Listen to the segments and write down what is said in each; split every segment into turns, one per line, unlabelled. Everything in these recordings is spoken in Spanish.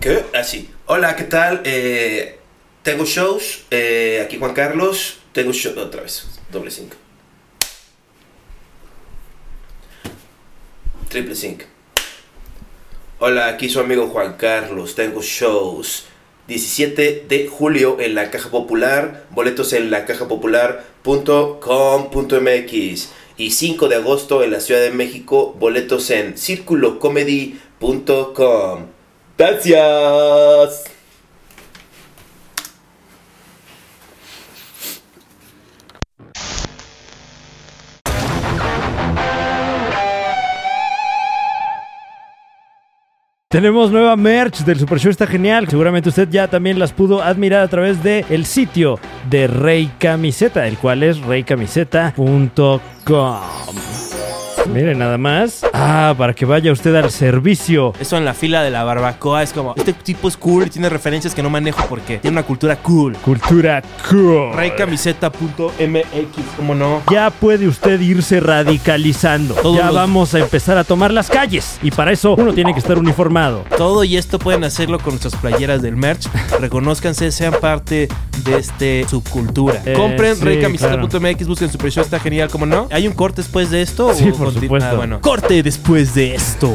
¿Qué? Así. Hola, ¿qué tal? Eh, tengo shows. eh, aquí Juan Carlos. Tengo show. Otra vez. Doble cinco. Triple cinco. Hola, aquí su amigo Juan Carlos. Tengo shows. 17 de julio en la Caja Popular. Boletos en la lacajapopular.com.mx. Y 5 de agosto en la Ciudad de México. Boletos en circulocomedy.com. Gracias.
Tenemos nueva merch del Super Show, está genial. Seguramente usted ya también las pudo admirar a través del el sitio de Rey Camiseta, el cual es reycamiseta.com. Miren nada más. Ah, para que vaya usted al servicio.
Eso en la fila de la barbacoa es como, este tipo es cool y tiene referencias que no manejo porque tiene una cultura cool.
Cultura cool.
Raycamiseta.mx, ¿cómo no?
Ya puede usted irse radicalizando.
Todos
ya
los-
vamos a empezar a tomar las calles. Y para eso uno tiene que estar uniformado.
Todo y esto pueden hacerlo con nuestras playeras del merch. Reconózcanse, sean parte de este subcultura.
Eh,
Compren
sí,
reycamiseta.mx, busquen Super Show, está genial, ¿cómo no? ¿Hay un corte después de esto?
Sí, por
conti-
supuesto.
Ah, bueno. Corte después de esto.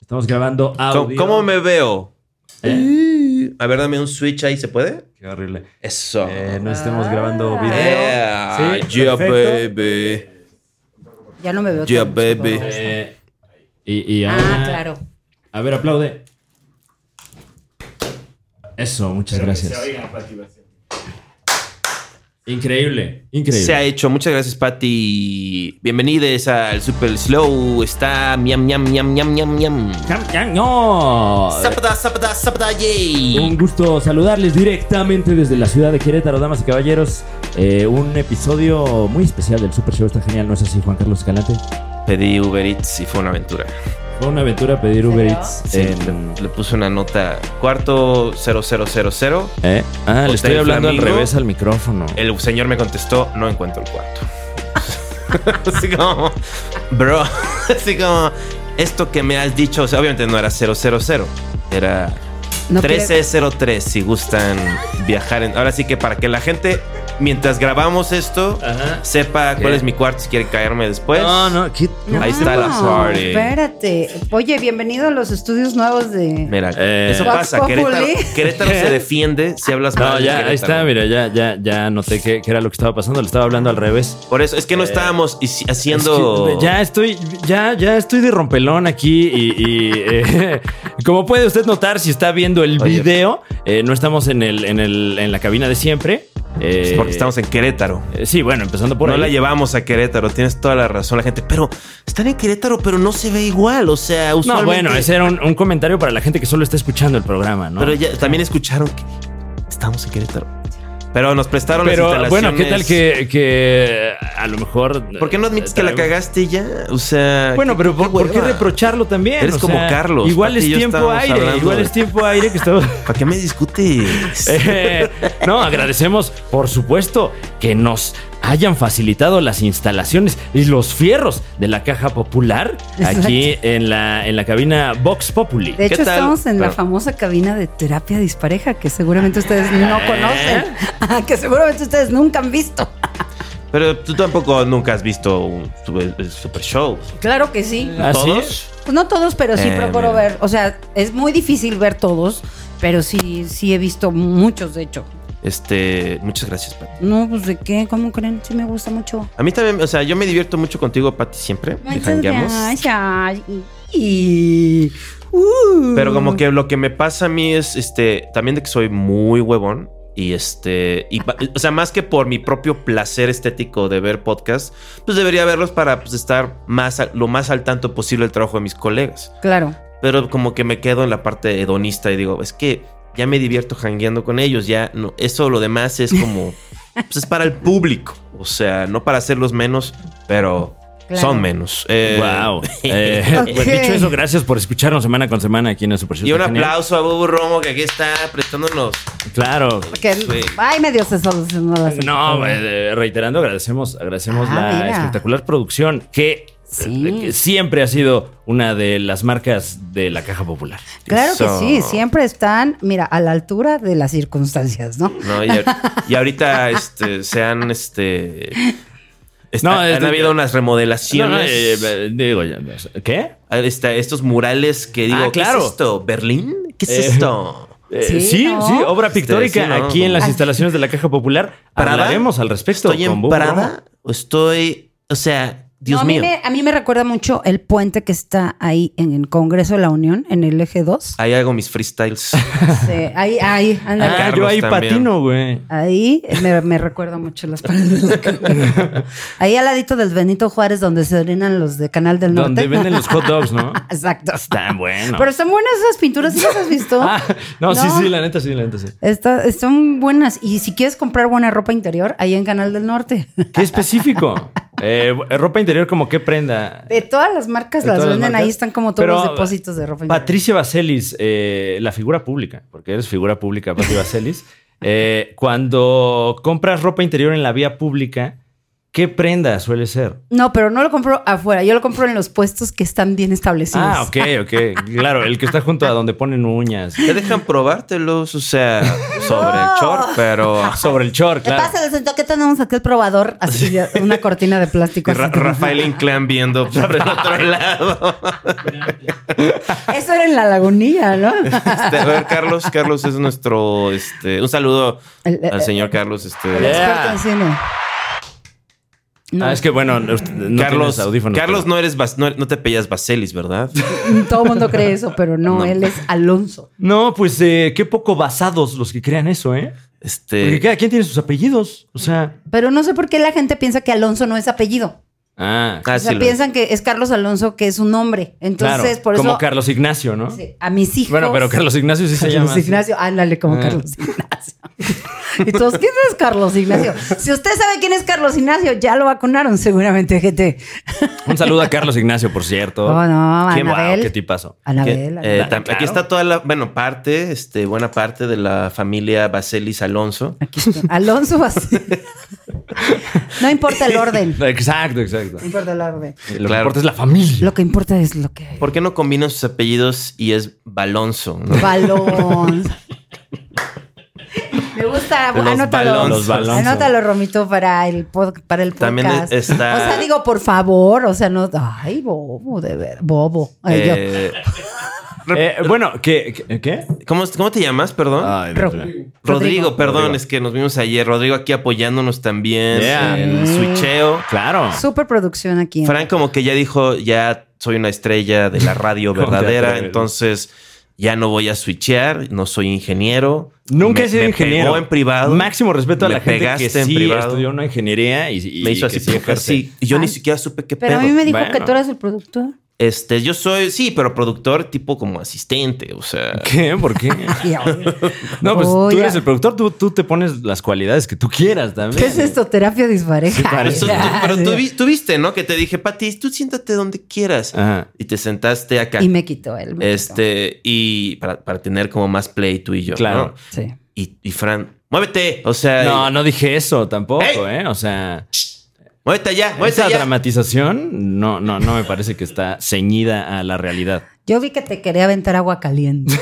Estamos grabando
¿Cómo,
audio. Eh,
cómo me veo? A ver, dame un switch ahí, ¿se puede?
Qué horrible.
Eso.
Eh, no estemos grabando
Ah.
video.
Yeah,
Sí,
yeah,
perfecto.
baby.
Ya no me veo.
Yeah,
tan
baby.
chico.
Eh, y, y ahora-
Ah, claro.
A ver, aplaude. Eso, muchas gracias. Increíble, increíble.
Se ha hecho. Muchas gracias, Patty. Bienvenidos al Super Slow. Está miam, miam, miam, miam, miam, miam.
Cam- ya- ¡No!
Zapata, zapata, zapata,
Un
yay.
gusto saludarles directamente desde la ciudad de Querétaro, damas y caballeros. Eh, un episodio muy especial del Super Show está genial, ¿no es así, Juan Carlos Escalante?
Pedí Uber Eats y fue una aventura.
Fue una aventura pedir Uber
¿Serio?
Eats.
Sí,
en-
le, le puse una nota. Cuarto 0000.
¿Eh? Ah, le estoy
Hotel
hablando al
Flamingo.
revés al micrófono.
El señor me contestó, no encuentro el cuarto. así como, bro, así como, esto que me has dicho, o sea, obviamente no era 000, era
No
1303 si gustan viajar. En, ahora sí que para que la gente, mientras grabamos esto,
Ajá.
sepa cuál
¿Qué?
es mi cuarto si quiere caerme después.
No, Pues, no, ¿qué-
No,
Ahí está la party.
Espérate. Oye, bienvenido a los estudios nuevos de.
Mira,
Eh.
eso
Vox
pasa. Querétaro,
Populi.
Querétaro se defiende si hablas mal.
No,
de
ya, ahí está,
Querétaro.
mira, ya, ya, ya noté que, que era lo que estaba pasando, le estaba hablando al revés.
Por eso es que no
Eh.
estábamos y si- haciendo.
Es que ya estoy, ya, ya estoy de rompelón aquí y, y, eh, como puede usted notar si está viendo el
Oye.
video, eh, no estamos en el, en el, en la cabina de siempre.
Es
eh,
porque estamos en Querétaro.
eh, Sí, bueno, empezando por
no
ahí.
la llevamos a Querétaro, tienes toda la razón la gente. Pero están en Querétaro, pero no se ve igual. O sea,
No,
usualmente.
bueno, ese era un, un comentario para la gente que solo está escuchando el programa, ¿no?
Pero ya también escucharon que estamos en Querétaro. Pero nos prestaron
Pero,
las instalaciones.
bueno, ¿qué tal que, que a lo mejor...
¿Por qué no admites que la
traemos-
cagaste y ya? O sea.
Bueno, pero ¿por, por qué
hueva?
reprocharlo también?
Eres como Carlos,
Igual
Pati y
es
yo
tiempo
estábamos
aire,
hablando
igual
de-
es tiempo aire que estamos...
¿Para qué me discutes?
Eh, no, agradecemos, por supuesto, que nos hayan facilitado las instalaciones y los fierros de la Caja Popular aquí en la, en la cabina Vox Populi.
De hecho,
tal?
estamos en la
Pero-
famosa cabina de terapia dispareja que seguramente ustedes
Ah,
no
¿eh?
conocen, Ah, que seguramente ustedes nunca han visto.
Pero tú tampoco nunca has visto un super, eh, super show.
Claro que sí.
¿Ah, sí?
¿Todos?
Pues no todos, pero sí
Eh,
procuro
mira.
ver. O sea, es muy difícil ver todos, pero sí, sí he visto muchos, de hecho.
Este, muchas gracias, Pati.
No, pues de qué, ¿cómo creen? Sí me gusta mucho.
A mí también, o sea, yo me divierto mucho contigo, Pati, siempre.
Muchas
Dejangueamos.
gracias. Y- uh.
Pero como que lo que me pasa a mí es, este, también de que soy muy huevón. Y este, y pa- o sea, más que por mi propio placer estético de ver podcasts, pues debería verlos para pues, estar más al- lo más al tanto posible del trabajo de mis colegas.
Claro.
Pero como que me quedo en la parte hedonista y digo, es que ya me divierto jangueando con ellos, ya no, eso lo demás es como, pues es para el público, o sea, no para hacerlos menos, pero
Claro.
Son menos. Eh,
Wow. Eh,
Ok.
pues, dicho eso, gracias por escucharnos semana con semana aquí en el Super Show.
Y un
Está genial.
aplauso a Bubu Romo que aquí está prestándonos.
Claro.
Que, ay, medio se solucionó la
No, eh, reiterando, agradecemos, agradecemos
Ah,
la
mira.
espectacular producción que,
Sí.
eh, que siempre ha sido una de las marcas de la caja popular.
Claro
Eso.
que sí, siempre están, mira, a la altura de las circunstancias, ¿no?
¿no? Y, a- y ahorita este, se han. Este, está-
No,
han
este-
habido unas
No,
remodelaciones.
no, eh, eh, digo, ya, ¿Qué?
Ah, está- estos murales que digo,
Ah,
¿qué
claro.
es esto? ¿Berlín? ¿Qué es
Eh,
esto?
Eh, sí,
Sí,
sí,
¿no?
obra pictórica
Este, Sí, ¿no?
aquí en las
Ah.
instalaciones de la Caja Popular.
¿Prada?
Hablaremos al respecto.
¿Estoy en
con Bubu Romo.
Prada? ¿O estoy.? O sea, Dios
No, a mí
mío.
me- a mí me recuerda mucho el puente que está ahí en el Congreso de la Unión, en el eje 2.
Ahí hago mis freestyles.
Sí, ahí, ahí, ándale.
Ah, yo
Carlos
ahí
también.
patino, güey.
Ahí me, me recuerda mucho las paredes de la calle. Ahí al ladito del Benito Juárez, donde se orinan los de Canal del Norte.
Donde venden los hot dogs, ¿no?
Exacto.
Tan bueno.
Pero están buenas esas pinturas, ¿sí las has visto?
Ah, no, sí,
No.
sí, la neta, sí, la neta, sí.
Está- están buenas. Y si quieres comprar buena ropa interior, ahí en Canal del Norte.
Qué específico. Eh, ropa interior, como qué prenda.
De todas las marcas
De
las
todas las
venden
marcas.
ahí, están como todos
Pero,
los depósitos de ropa interior.
Patricia Vaselis, eh, la figura pública, porque eres figura pública, Patri Vaselis. eh, cuando compras ropa interior en la vía pública, ¿qué prenda suele ser?
No, pero no lo compro afuera, yo lo compro en los puestos que están bien establecidos.
ah, ok, ok. Claro, el que está junto a donde ponen uñas.
Te dejan probártelos, o sea, sobre el short, pero.
Sobre el short,
¿Qué
claro.
pasa? Les sentó que tenemos aquí el probador, así de- una cortina de plástico. así.
Ra- Rafael Inclán viendo sobre el otro lado.
Eso era en la lagunilla, ¿no?
Este, a ver, Carlos, Carlos es nuestro, este, un saludo
El-
al señor Carlos,
El
este,
Yeah.
experto en cine. No,
Ah, es que bueno, no no
Carlos,
tienes audífonos.
Carlos
pero-
no eres, Bas- no, no te apellas Baselis, ¿verdad?
Todo el mundo cree eso, pero no,
No.
él es Alonso.
No, pues eh, qué poco basados los que crean eso, ¿eh? Porque
Este,
cada quien tiene sus apellidos. O sea.
Pero no sé por qué la gente piensa que Alonso no es apellido.
Ah,
ah,
o sea,
sí lo-
piensan que es Carlos Alonso, que es un nombre. Entonces,
claro,
por
como
eso
Carlos Ignacio, ¿no?
sí, a mis hijos.
Bueno, pero Carlos Ignacio sí se llama.
Carlos
así.
Ignacio, ándale como
Ah.
Carlos Ignacio. Y todos, ¿quién es Carlos Ignacio? Si usted sabe quién es Carlos Ignacio, ya lo vacunaron seguramente, gente.
Un saludo a Carlos Ignacio, por cierto.
Oh, no,
qué, guau,
Anabel.
qué tipazo.
que,
Anabel.
eh,
Anabel.
tam-
claro.
Aquí está toda la, bueno, parte, este, buena parte de la familia Baselis Alonso.
Aquí está. Alonso Basil. No importa el orden.
Exacto, exacto.
No importa el orden.
Lo que
Claro.
importa es la familia.
Lo que importa es lo que.
¿Por qué no combinan sus apellidos y es Balonso? no?
Balón. Me gusta,
Los
anótalo.
balonzos.
Los balonzos.
Anótalo, Romito, para el, pod- para el podcast.
También está-
O sea, digo, por favor, o sea, no. Ay, bobo, de ver, bobo. Ay, yo.
Eh,
Eh, bueno, ¿qué? qué- eh, ¿Qué?
¿cómo, cómo te llamas, perdón?
Ro-
Rodrigo, perdón,
Rodrigo.
es que nos vimos ayer. Rodrigo aquí apoyándonos también
Yeah.
en el
Mm.
switcheo.
Claro.
Super producción aquí.
Frank como que ya dijo, ya soy una estrella de la radio
¿Cómo te
verdadera,
atreves?
entonces ya no voy a switchear, no soy ingeniero.
Nunca
Me-
he sido
me
ingeniero.
pegó en privado.
Máximo respeto a
Me
la gente que
pegaste en
sí
privado.
estudió una ingeniería y, y-
me hizo
que
así,
sí
porque
ejerce.
así. Y yo ni
Ay.
siquiera supe qué
Pero a
pedo.
mí me dijo
Bueno.
que tú eras el productor.
Este, yo soy, sí, pero productor tipo como asistente, o sea.
¿Qué? ¿Por qué? No, pues
Oye.
tú eres el productor, tú, tú te pones las cualidades que tú quieras también.
¿Qué es esto? Terapia dispareja.
Pero, tú, tú- pero tú,
Gracias.
vi- tú viste, ¿no? Que te dije, Pati, tú siéntate donde quieras.
Ajá.
Y te sentaste acá.
Y me quitó él. me
este, y para, para tener como más play tú y yo.
Claro.
¿no?
quitó. Sí.
Y, y Fran, muévete. O sea,
No, no dije eso tampoco,
¡Ey!
¿eh? O sea,
muévete allá, muévete
esa
allá.
dramatización no, no, no me parece que está ceñida a la realidad.
Yo vi que te quería aventar agua caliente.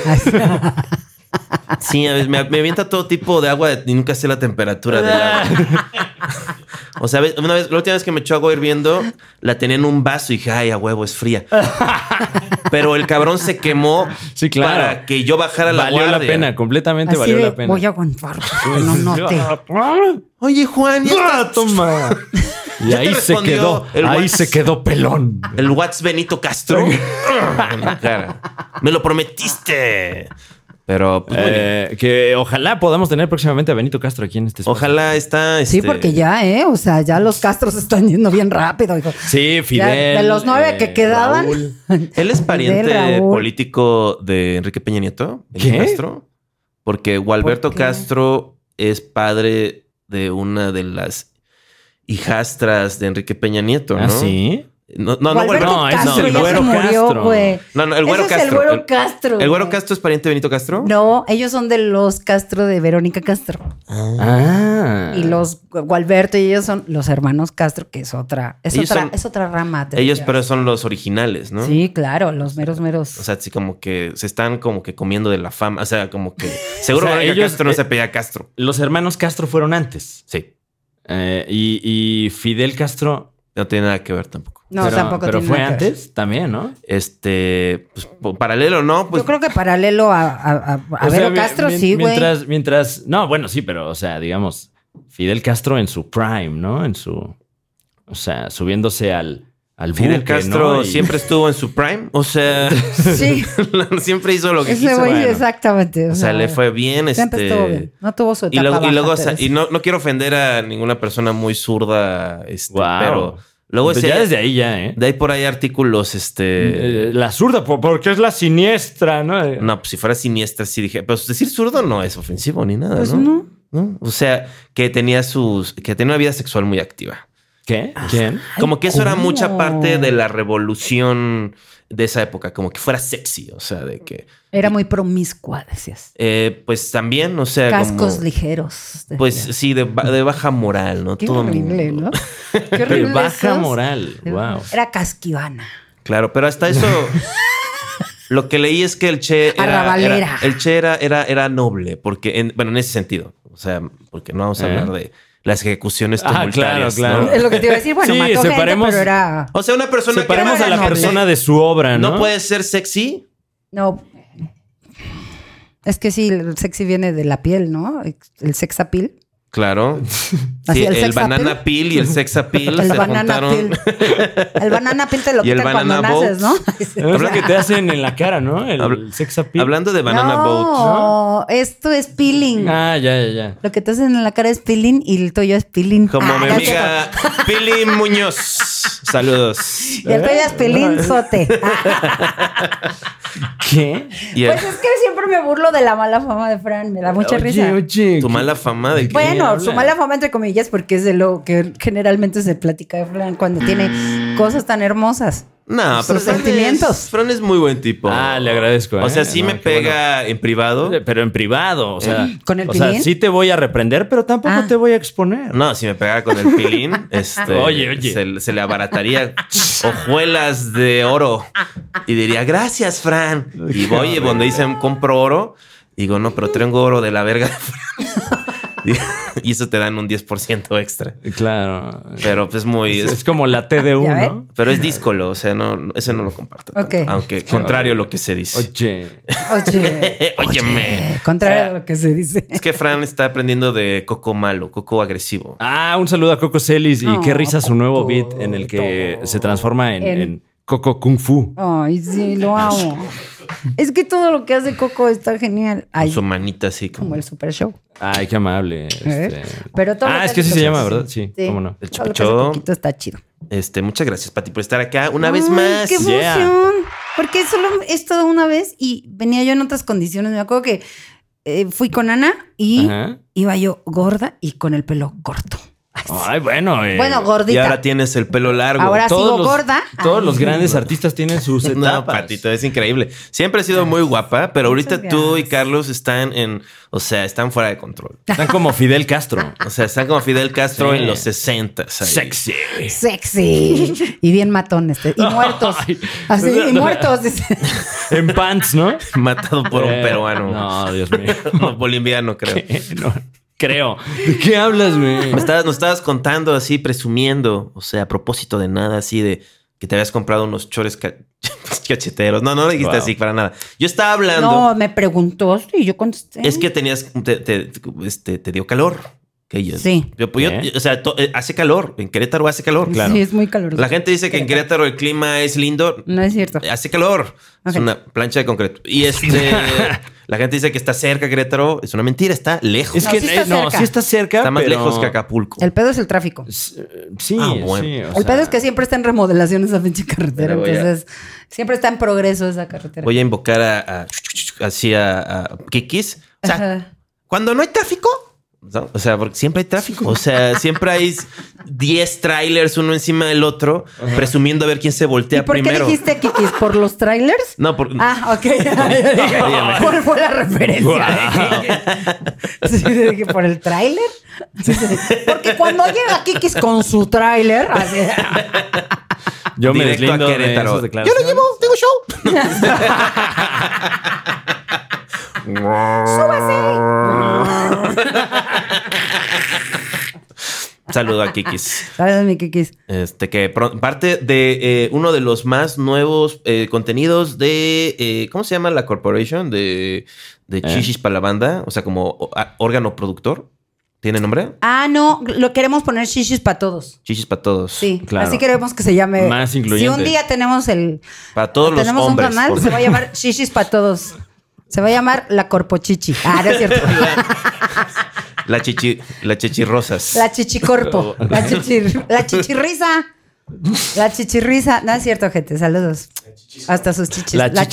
Sí, a veces me, me avienta todo tipo de agua y nunca sé la temperatura del agua. O sea, una vez, la última vez que me echó agua hirviendo, la tenía en un vaso y dije, ay, a huevo, es fría. Pero el cabrón se quemó
Sí, claro.
para que yo bajara la
Valió la
guardia.
pena, completamente
Así
valió
de,
la pena.
voy a aguantar. porque No, no te.
Oye, Juan, ¿ya
¡Ah,
estás-
toma! Y
Ya te
ahí se
respondió
quedó,
el
ahí
WhatsApp.
se quedó pelón.
El Whats Benito Castro. En la cara. Me lo prometiste. Pero pues, muy bien.
Eh, que ojalá podamos tener próximamente a Benito Castro aquí en este espacio.
ojalá está.
Sí,
este,
porque ya, ¿eh? O sea, ya los castros están yendo bien rápido, hijo.
Sí,
Ya,
Fidel.
de los nueve
eh,
que quedaban.
Raúl.
Él es pariente
Raúl.
político de Enrique Peña Nieto. Benito
¿Qué?
Castro. Porque Gualberto
qué?
Castro es padre de una de las hijastras de Enrique Peña Nieto, ¿no?
¿Ah, sí?
No, no, no,
Gualberto
güero-
no, ese es
Castro
el
ya se
güero
murió,
Castro.
güey.
No, no, el güero
Ese es
Castro.
el güero Castro,
El, güero
güey.
Castro es pariente de Benito Castro?
No, ellos son de los Castro de Verónica Castro.
Ah.
Y los Gualberto y ellos son los hermanos Castro, que es otra, es
Ellos
otra,
son-
es otra rama. te
Ellos,
diría.
pero son los originales, ¿no?
Ah. Sí, claro, los meros meros.
O sea, así como que se están como que comiendo de la fama. O sea, como que. Seguro
O sea,
Verónica
ellos-
Castro no
eh,
se pedía Castro.
Los hermanos Castro fueron antes.
Sí.
Eh, y, y Fidel Castro.
No tiene nada que ver tampoco.
no,
pero,
tampoco
Pero
tiene
fue
nada que ver.
antes también, ¿no?
Este. Pues, po- paralelo, ¿no? Pues,
Yo creo que paralelo a, a, a- a
O sea,
Vero
mi-
Castro,
mi-
sí, güey.
Mientras, mientras. No, bueno, sí, pero, o sea, digamos, Fidel Castro en su prime, ¿no? En su. O sea, subiéndose al. al
Fidel
buque,
Castro
¿no? Y-
siempre estuvo en su prime. O sea,
Sí,
siempre hizo lo que
ese
quiso.
güey,
Bueno,
exactamente.
O sea, le fue bien.
Siempre
este,
estuvo bien. No tuvo su etapa
Y luego, y,
baja,
luego, o
pero
sea,
sí.
y no, no quiero ofender a ninguna persona muy zurda, este,
Guau.
pero luego
Pues
ese-
ya desde ahí ya, ¿eh?
de ahí por ahí artículos, este,
Eh, La zurda, po- porque es la siniestra, ¿no? Eh,
no, pues si fuera siniestra sí dije, pero decir zurdo no es ofensivo ni nada,
Pues
¿no?
no.
¿No? O sea, que tenía sus, que tenía una vida sexual muy activa.
¿Qué? ¿Quién?
Como que eso era
¿cómo?
mucha parte de la revolución de esa época, como que fuera sexy, o sea, de que,
Era muy promiscua, decías.
eh, pues también, o sea,
Cascos
como-
ligeros. decías.
pues sí, de, ba- de baja moral, ¿no?
Qué
Todo
horrible,
mundo-
¿no? Qué
Pero
horrible
baja
esos.
moral. Wow.
Era casquivana.
Claro, pero hasta eso. lo que leí es que el Che era.
Arrabalera.
era- el Che era, era, era noble, porque, en, bueno, en ese sentido. O sea, porque no vamos a
¿Eh?
hablar de las ejecuciones
Ah,
tumultuarias.
claro,
¿no?
claro.
Es lo que te iba a decir. Bueno,
Sí,
mató gente,
separemos-
pero era...
O sea, una persona
Separemos
que
a la
noble.
persona de su obra, ¿no?
no puede ser sexy.
No. Es que sí, el sexy viene de la piel, ¿no? El sex appeal.
Claro.
Así,
Sí,
el
el,
sex
banana
appeal.
peel y el sex appeal
El
se
banana
juntaron.
peel. El banana peel te lo
Y el
quitan cuando
banana
naces, ¿no?
Es lo que te hacen en la cara, ¿no? El
Habla-
sex appeal.
Hablando de banana boat.
no, esto es peeling.
Ah, ya, ya, ya.
Lo que te hacen en la cara es peeling y el tuyo es peeling.
Como
Ah,
mi
no es
amiga Pili Muñoz. Saludos.
cierto. Y el
¿Eh?
tuyo es peeling sote. Ah,
¿Qué?
Y el-
pues es que siempre me burlo de la mala fama de Fran. Me da mucha
Oye,
risa.
oye,
tu
¿qué-
mala fama de que.
Bueno,
habla?
su mala fama entre comillas porque es de lo que generalmente se platica de Fran cuando tiene
Mm.
cosas tan hermosas.
No,
Sus
pero Fran
sentimientos.
es- Fran es muy buen tipo.
Ah, le agradezco,
O sea,
¿eh?
sí
No,
me
qué
pega en privado.
Pero en privado, o sea.
¿Eh? ¿Con el
O sea,
pilín?
sí te voy a reprender, pero tampoco
Ah.
te voy a exponer.
No, si me pegara con el pilín, este,
Oye, oye.
Se, se le abarataría hojuelas de oro. Y diría, gracias, Fran. Y voy y cuando dicen, compro oro, digo, no, pero tengo oro de la verga. de Fran". y eso te dan un 10% extra.
Eh, Claro.
Pero pues muy...
Es,
es-
es como la TDU,
Ah, Ya ven.
¿no?
pero es díscolo, o sea, no, no- ese no lo comparto. tanto,
Ok.
Aunque contrario a lo que se dice.
Oye.
Oye,
Óyeme.
oye, contrario
Ah.
a lo que se dice.
Es que Fran está aprendiendo de coco malo, coco agresivo.
Ah, un saludo a Coco Celis y
No,
qué risa su nuevo
Coco,
beat en el que
todo.
se transforma en,
En-
en Coco Kung Fu.
Ay, sí, lo amo. Es que todo lo que hace Coco está genial. Ay,
Su manita así como,
como el super show.
Ay, qué amable.
¿eh?
este.
Pero todo lo
Ah, es
hace
que sí se
Coco,
llama, ¿verdad? Sí, cómo no.
El
Todo lo que hace
chupichón.
Coquito está chido.
Este, muchas gracias, Pati, por estar acá una vez
Ay,
más.
¡Qué emoción!
Yeah.
Porque solo es todo una vez y venía yo en otras condiciones. Me acuerdo que eh, fui con Ana y
Ajá.
iba yo gorda y con el pelo corto. Ay, sí.
Ay, bueno. eh,
bueno,
Y
gordita.
ahora tienes el pelo largo.
Ahora- sigo
los,
gorda.
Todos
Ay.
los grandes artistas tienen sus
No,
etapas.
Patito, es increíble. Siempre he sido muy guapa, pero ahorita
Muchas
tú y
gracias.
Carlos están en, o sea, están fuera de control.
Están como Fidel Castro.
O sea, están como Fidel Castro
Sí.
en los 60
Sexy.
Sexy. Y bien matones. te- Y muertos.
pues
Ay.
Así, y muertos. dice.
En pants, ¿no?
matado por un
Eh,
peruano.
No, Dios mío.
O boliviano, creo.
No, creo. ¿De qué hablas, güey?
Me estabas- nos estabas contando así, presumiendo, o sea, a propósito de nada, así de que te habías comprado unos chores ca- cacheteros. No, no lo dijiste
Wow.
así para nada. Yo estaba hablando.
No, ¿eh? me preguntó y yo contesté.
Es que tenías, te, te- este, te dio calor. Que yo,
Sí.
Yo, pues, yo-
¿Eh?
o sea, to- eh, hace calor. En Querétaro hace calor.
Sí, es muy caluroso.
La gente dice que en Querétaro el clima es lindo.
No es cierto.
Hace calor. Es
Ok.
una plancha de concreto. Y este, la gente dice que está cerca Querétaro. Es una mentira, está lejos.
Es
No,
que
sí está
eh, no,
cerca.
sí está cerca.
está más
pero-
lejos que Acapulco.
El pedo es el tráfico.
S- eh, Sí,
Ah, bueno.
sí. o sea,
el pedo es que siempre está en remodelación esa pinche carretera.
Pero voy a-
Entonces, siempre está en progreso esa carretera.
Voy a invocar a, a- así a, a Kikis. O sea,
Ajá.
cuando no hay tráfico. ¿no? O sea, porque siempre hay tráfico. O sea, siempre hay 10 trailers uno encima del otro, presumiendo a ver quién se
¿Y
voltea
por qué
primero.
dijiste Kikis? ¿Por los trailers?
No, por-
Ah, ok. ¿Cuál fue la referencia? Sí, yo dije, ¿por el tráiler? Porque cuando llega Kikis con su tráiler, así, "Ah,
Yo me
Directo a
deslindo de
Querétaro.
esas
Yo lo
declaraciones.
tengo show. Saludo a Kikis.
¿sabes, mi Kikis?
Este que pro- parte de eh, uno de los más nuevos eh, contenidos de eh, ¿cómo se llama la corporation? De, de Chichis para la banda. O sea, como o- a- órgano productor. ¿Tiene nombre?
Ah, no, lo queremos poner shishis para todos.
Chichis para todos.
Sí,
Claro.
así queremos que se llame.
Más
Si un
incluyente.
día tenemos el
Para todos los
Ah, tenemos
hombres.
un canal,
por-
se va a llamar shishis para todos. Se va a llamar la corpochichi. Ah, no es cierto.
La chichi, la chichirrosas.
La chichicorpo. La, chichir, la chichirrisa. La chichirrisa. No es cierto, gente. Saludos. Hasta sus chichis.
La chichisquad.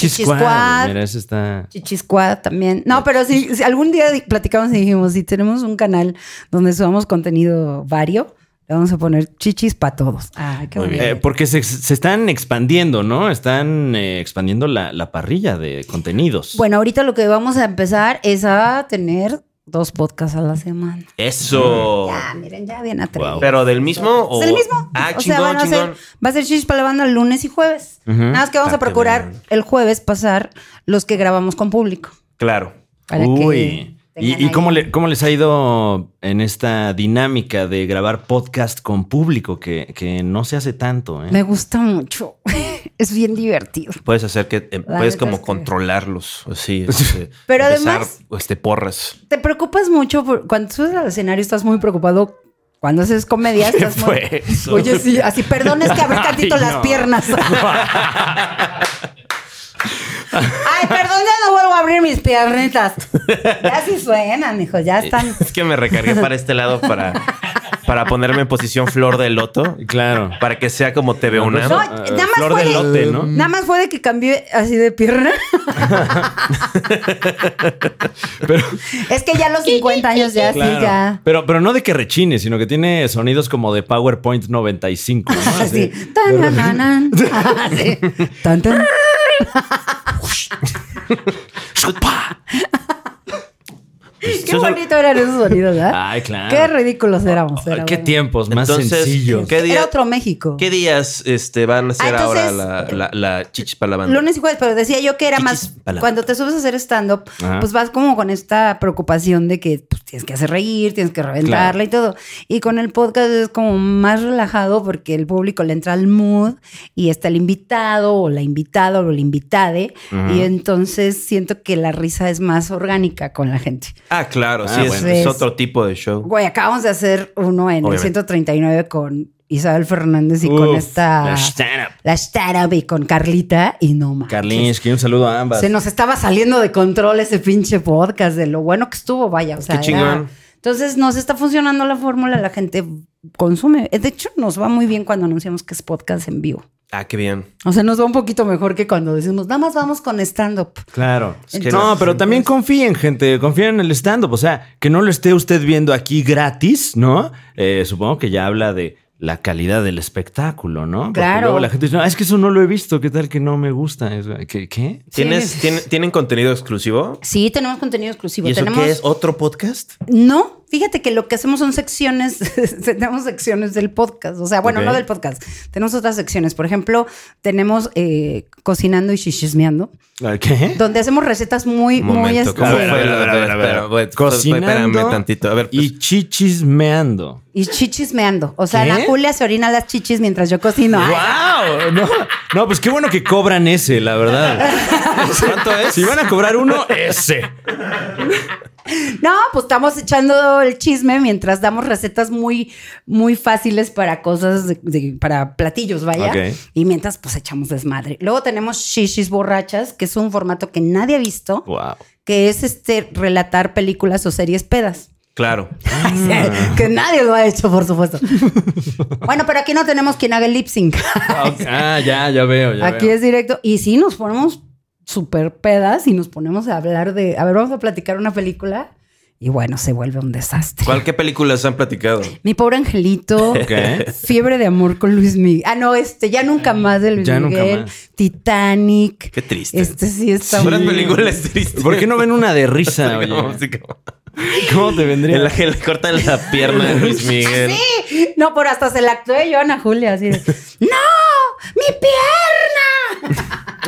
chichisquad.
Mira, esa está.
Chichisquad también. No, pero si, si algún día di- platicamos y dijimos, si tenemos un canal donde subamos contenido vario, le vamos a poner chichis para todos. Ay, qué
Muy
bonito.
Eh, porque se, se están expandiendo, ¿no? Están eh, expandiendo la, la parrilla de contenidos.
Bueno, ahorita lo que vamos a empezar es a tener dos podcasts a la semana.
Eso.
Mm,
Oh.
Ya, miren, ya bien atrevido.
Pero del mismo o
Es el mismo.
Ah,
o sea,
chingón,
van a
chingón.
ser, va a ser Shish para la banda lunes y jueves. Nada más que vamos
Ah,
a
qué
procurar
bien.
el jueves pasar los que grabamos con público.
Claro.
Para
Uy.
que tengan
¿Y, y
ahí-
cómo, le- cómo les ha ido en esta dinámica de grabar podcast con público que, que no se hace tanto? ¿eh?
Me gusta mucho. es bien divertido.
Puedes hacer que eh,
La
puedes
neta
como
es que-
controlarlos, así. este,
Pero
empezar,
además-
este porras.
Te preocupas mucho por- cuando subes al escenario, estás muy preocupado. Cuando haces comedia, estás muy.
fue eso?
Oye, sí, así, perdón, es que abrí
Ay,
tantito las
no.
piernas. Ay, perdón, ya no vuelvo a abrir mis piernitas. Ya sí suenan, hijo, ya están.
Es que me recargué para este lado para, para ponerme en posición flor de loto.
Claro.
Para que sea como TV
No,
una.
No,
Ah,
nada más
flor
fue
de lote, ¿no?
Nada más fue de que cambié así de pierna.
Pero,
Es que ya a los 50 años ya
claro.
sí, ya.
Pero, pero no de que rechine, sino que tiene sonidos como de PowerPoint 95. ¿no?
Así.
Así.
Tan, nan, nan, nan. Así. Tan, tan. Qué
Yo solo-
bonito eran esos sonidos, ¿verdad?
Ay, claro.
Qué ridículos éramos.
Ay,
era
qué
bueno.
tiempos más
Entonces,
sencillos.
¿qué, día-
Era otro México.
qué días este, van a ser
Ah,
ahora
entonces,
la, la, la chichis para la banda?
Lunes y jueves, pero decía yo que era
Chichis
más
para la-
cuando te subes a hacer stand-up,
Ajá.
pues vas como con esta preocupación de que pues, tienes que hacer reír, tienes que reventarla y todo. Y con el podcast es como más relajado porque el público le entra al mood y está el invitado o la invitada o el invitade. Y entonces siento que la risa es más orgánica con la gente.
Ah, claro, sí,
Ah,
es,
bueno.
es otro tipo de show.
Güey, acabamos de hacer uno en el
Obviamente. 139
139 con. Isabel Fernández y con
Uf,
esta.
la stand-up.
La startup y con Carlita y no más.
Carlinsky, un saludo a ambas.
Se nos estaba saliendo de control ese pinche podcast de lo bueno que estuvo, vaya. O sea,
Qué chingón.
Entonces nos está funcionando la fórmula, la gente consume. Eh, De hecho, nos va muy bien cuando anunciamos que es podcast en vivo.
Ah, qué bien.
O sea, nos va un poquito mejor que cuando decimos, nada más vamos con stand-up.
Claro.
Es que
no,
las-
pero también confíen, gente. Confíen en el stand-up. O sea, que no lo esté usted viendo aquí gratis, ¿no? Eh, supongo que ya habla de la calidad del espectáculo, ¿no? Porque
Claro.
luego la gente dice, "No, es que eso no lo he visto. ¿Qué tal que no me gusta? Es- ¿Qué? qué?
¿Tienes, tienen- ¿Tienen contenido exclusivo?
Sí, tenemos contenido exclusivo.
¿Y eso
tenemos...
qué es? ¿Otro podcast?
No, fíjate que lo que hacemos son secciones, tenemos secciones del podcast, o sea, bueno,
Ok.
no del podcast, tenemos otras secciones, por ejemplo, tenemos eh, cocinando y chichismeando,
Ah, ¿Qué?
donde hacemos recetas muy,
Un
muy...
momento,
este-
¿cómo
A ver,
fue?
a ver,
la-
a ver, a ver, a ver.
espera, espera,
Cocinando
Espérame tantito. A ver, pues,
Y chichismeando.
Y chichismeando, o sea,
¿Qué?
la Julia se orina las chichis mientras yo cocino. Ay,
¡Wow! No, no, pues qué bueno que cobran ese, la verdad.
¿cuánto es?
Si van a cobrar uno, ese.
No, pues estamos echando el chisme mientras damos recetas muy, muy fáciles para cosas, de- de- para platillos, vaya.
Ok.
Y mientras pues echamos desmadre. Luego tenemos Shishis Borrachas, que es un formato que nadie ha visto.
Wow.
que es este relatar películas o series pedas.
Claro.
Ah.
que nadie lo ha hecho, por supuesto. bueno, pero aquí no tenemos quien haga el lip sync.
Ah, ok. Ah, ya, ya veo. ya
aquí
veo.
es directo. Y sí, nos ponemos súper pedas y nos ponemos a hablar de. A ver, vamos a platicar una película. Y bueno, se vuelve un desastre.
¿Cuál qué películas han platicado?
Mi pobre angelito. Fiebre de amor con Luis Miguel. Ah, no, este, ya nunca más de Luis
Ya nunca
Miguel.
más.
Titanic.
Qué triste.
Este sí está
Son las
muy-
películas tristes.
¿Por qué no ven una de risa, oye?
No, así como-
¿Cómo te vendría?
El ángel le cortan la pierna a
Ah,
Luis Miguel.
Sí, no, pero hasta se la actué yo a Ana Julia así de, ¡No! ¡Mi pierna!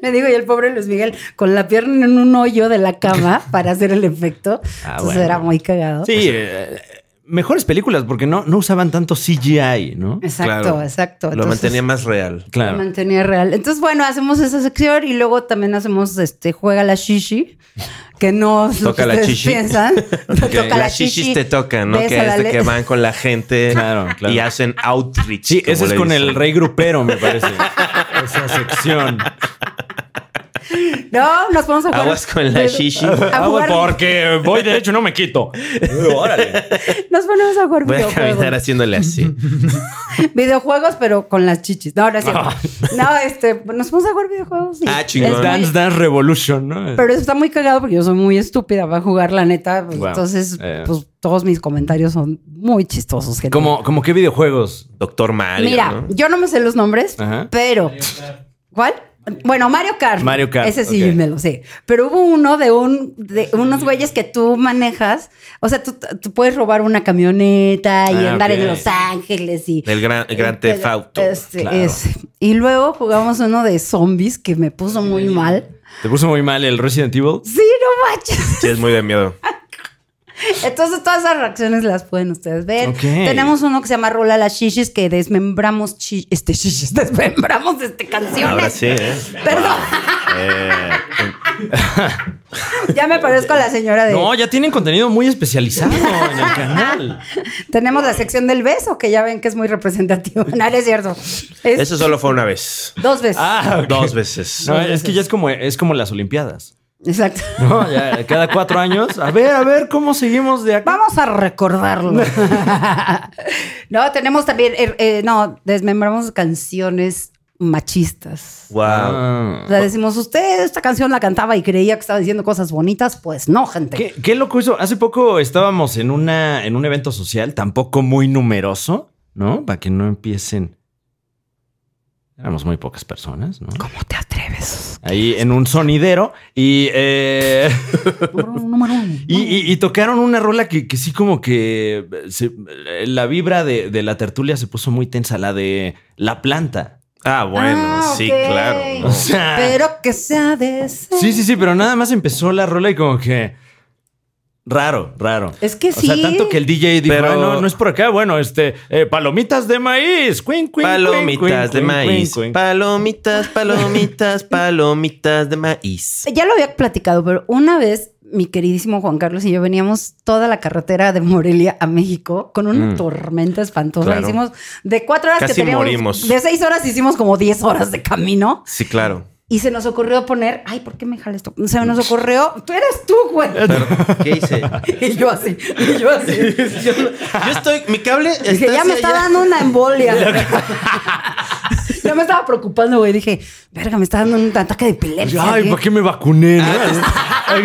Me digo, y el pobre Luis Miguel con la pierna en un hoyo de la cama para hacer el efecto.
Ah,
Entonces
bueno.
era muy cagado.
Sí, eh, mejores películas porque no, no usaban tanto CGI, ¿no?
Exacto,
claro.
exacto.
Lo
Entonces,
mantenía más real.
lo
Claro.
mantenía real. Entonces, bueno, hacemos esa sección y luego también hacemos este juega la shishi, que no es lo
Toca
que
la
ustedes
shishi.
piensan. Toca la,
Las shishis te tocan, ¿no? Que
besa la
es de que
le-
van con la gente
Claro, claro.
y hacen outreach.
Sí,
como
eso es
le
con
dicen.
el rey grupero, me parece. Esa sección.
No, nos vamos a jugar.
Aguas con la shishi.
A jugar-
Ah, porque voy derecho, no me quito. Órale.
Nos ponemos a jugar
Voy a caminar
videojuegos.
haciéndole así.
Videojuegos, pero con las chichis. No, no es cierto. No, este, nos ponemos a jugar videojuegos. y-
Ah, chingón.
Es muy-
Dance Dance Revolution, ¿no?
pero eso está muy cagado porque yo soy muy estúpida para jugar, la neta. pues,
Wow.
Entonces,
Eh.
pues todos mis comentarios son muy chistosos, gente.
Como, como qué videojuegos.
Doctor Mario.
Mira,
¿no?
yo no me sé los nombres,
Ajá.
pero. ¿Cuál? Bueno, Mario Kart.
Mario Kart,
Ese sí
ok.
me lo sé. Pero hubo uno de un de unos güeyes que tú manejas. O sea, tú, tú puedes robar una camioneta y
Ah,
andar
ok.
en Los Ángeles y.
El gran, el gran
Pero,
Theft Auto.
este,
claro.
ese. Y luego jugamos uno de zombies que me puso muy mal.
¿Te puso muy mal el Resident Evil?
Sí, no manches.
Sí, es muy de miedo.
Entonces todas esas reacciones las pueden ustedes ver.
Ok.
Tenemos uno que se llama Rola las shishis que desmembramos chi- este shishis, desmembramos este canciones.
Ahora sí, ¿eh?
Perdón. ya me parezco a la señora de.
No, ya tienen contenido muy especializado en el canal.
Tenemos la sección del beso, que ya ven que es muy representativa. No, no es cierto. Es
Eso solo fue una vez.
Dos veces.
Ah, ok.
Dos veces.
No, es que ya es como, es como las Olimpiadas.
Exacto.
No, ya cada cuatro años. A ver, a ver, ¿cómo seguimos de acá?
Vamos a recordarlo. no, tenemos también. eh, eh, no, desmembramos canciones machistas.
Wow.
Ah.
O sea, decimos, usted esta canción la cantaba y creía que estaba diciendo cosas bonitas. Pues no, gente.
¿Qué, qué loco eso. Hace poco estábamos en, una, en un evento social, tampoco muy numeroso, ¿no? Para que no empiecen. Éramos muy pocas personas, ¿no?
¿Cómo te atreves?
Ahí en un sonidero y, eh,
Número uno, número uno.
y, y- y tocaron una rola que, que sí como que se- la vibra de, de la tertulia se puso muy tensa, la de la planta.
Ah, bueno,
Ah,
sí,
ok.
claro.
O sea,
Pero que sea de ese.
sí, sí, sí, pero nada más empezó la rola y como que raro, raro.
Es que
O
sí.
sea, tanto que el DJ dijo,
Pero-
"Ah, no, no es por acá. Bueno, este, eh, palomitas de maíz. Cuin, cuin,
Palomitas de
cuin, cuin,
maíz.
cuin, cuin".
Palomitas, palomitas, palomitas de maíz.
Ya lo había platicado, pero una vez mi queridísimo Juan Carlos y yo veníamos toda la carretera de Morelia a México con una
Mm.
tormenta espantosa.
Claro.
Hicimos de cuatro horas
Casi
que teníamos.
morimos.
De seis horas hicimos como diez horas de camino
Sí, claro.
y se nos ocurrió poner. Ay, ¿por qué me jala esto? Se nos ocurrió. Tú eres tú, güey.
¿Qué hice?
Y yo así, y yo así.
yo, yo estoy. Mi cable.
Dije,
está
ya me
hacia
está
allá.
dando una embolia. ya me estaba preocupando, güey. Dije, verga, me está dando un ataque de epilepsia.
Ay,
güey".
¿para qué me vacuné? no?
Ah,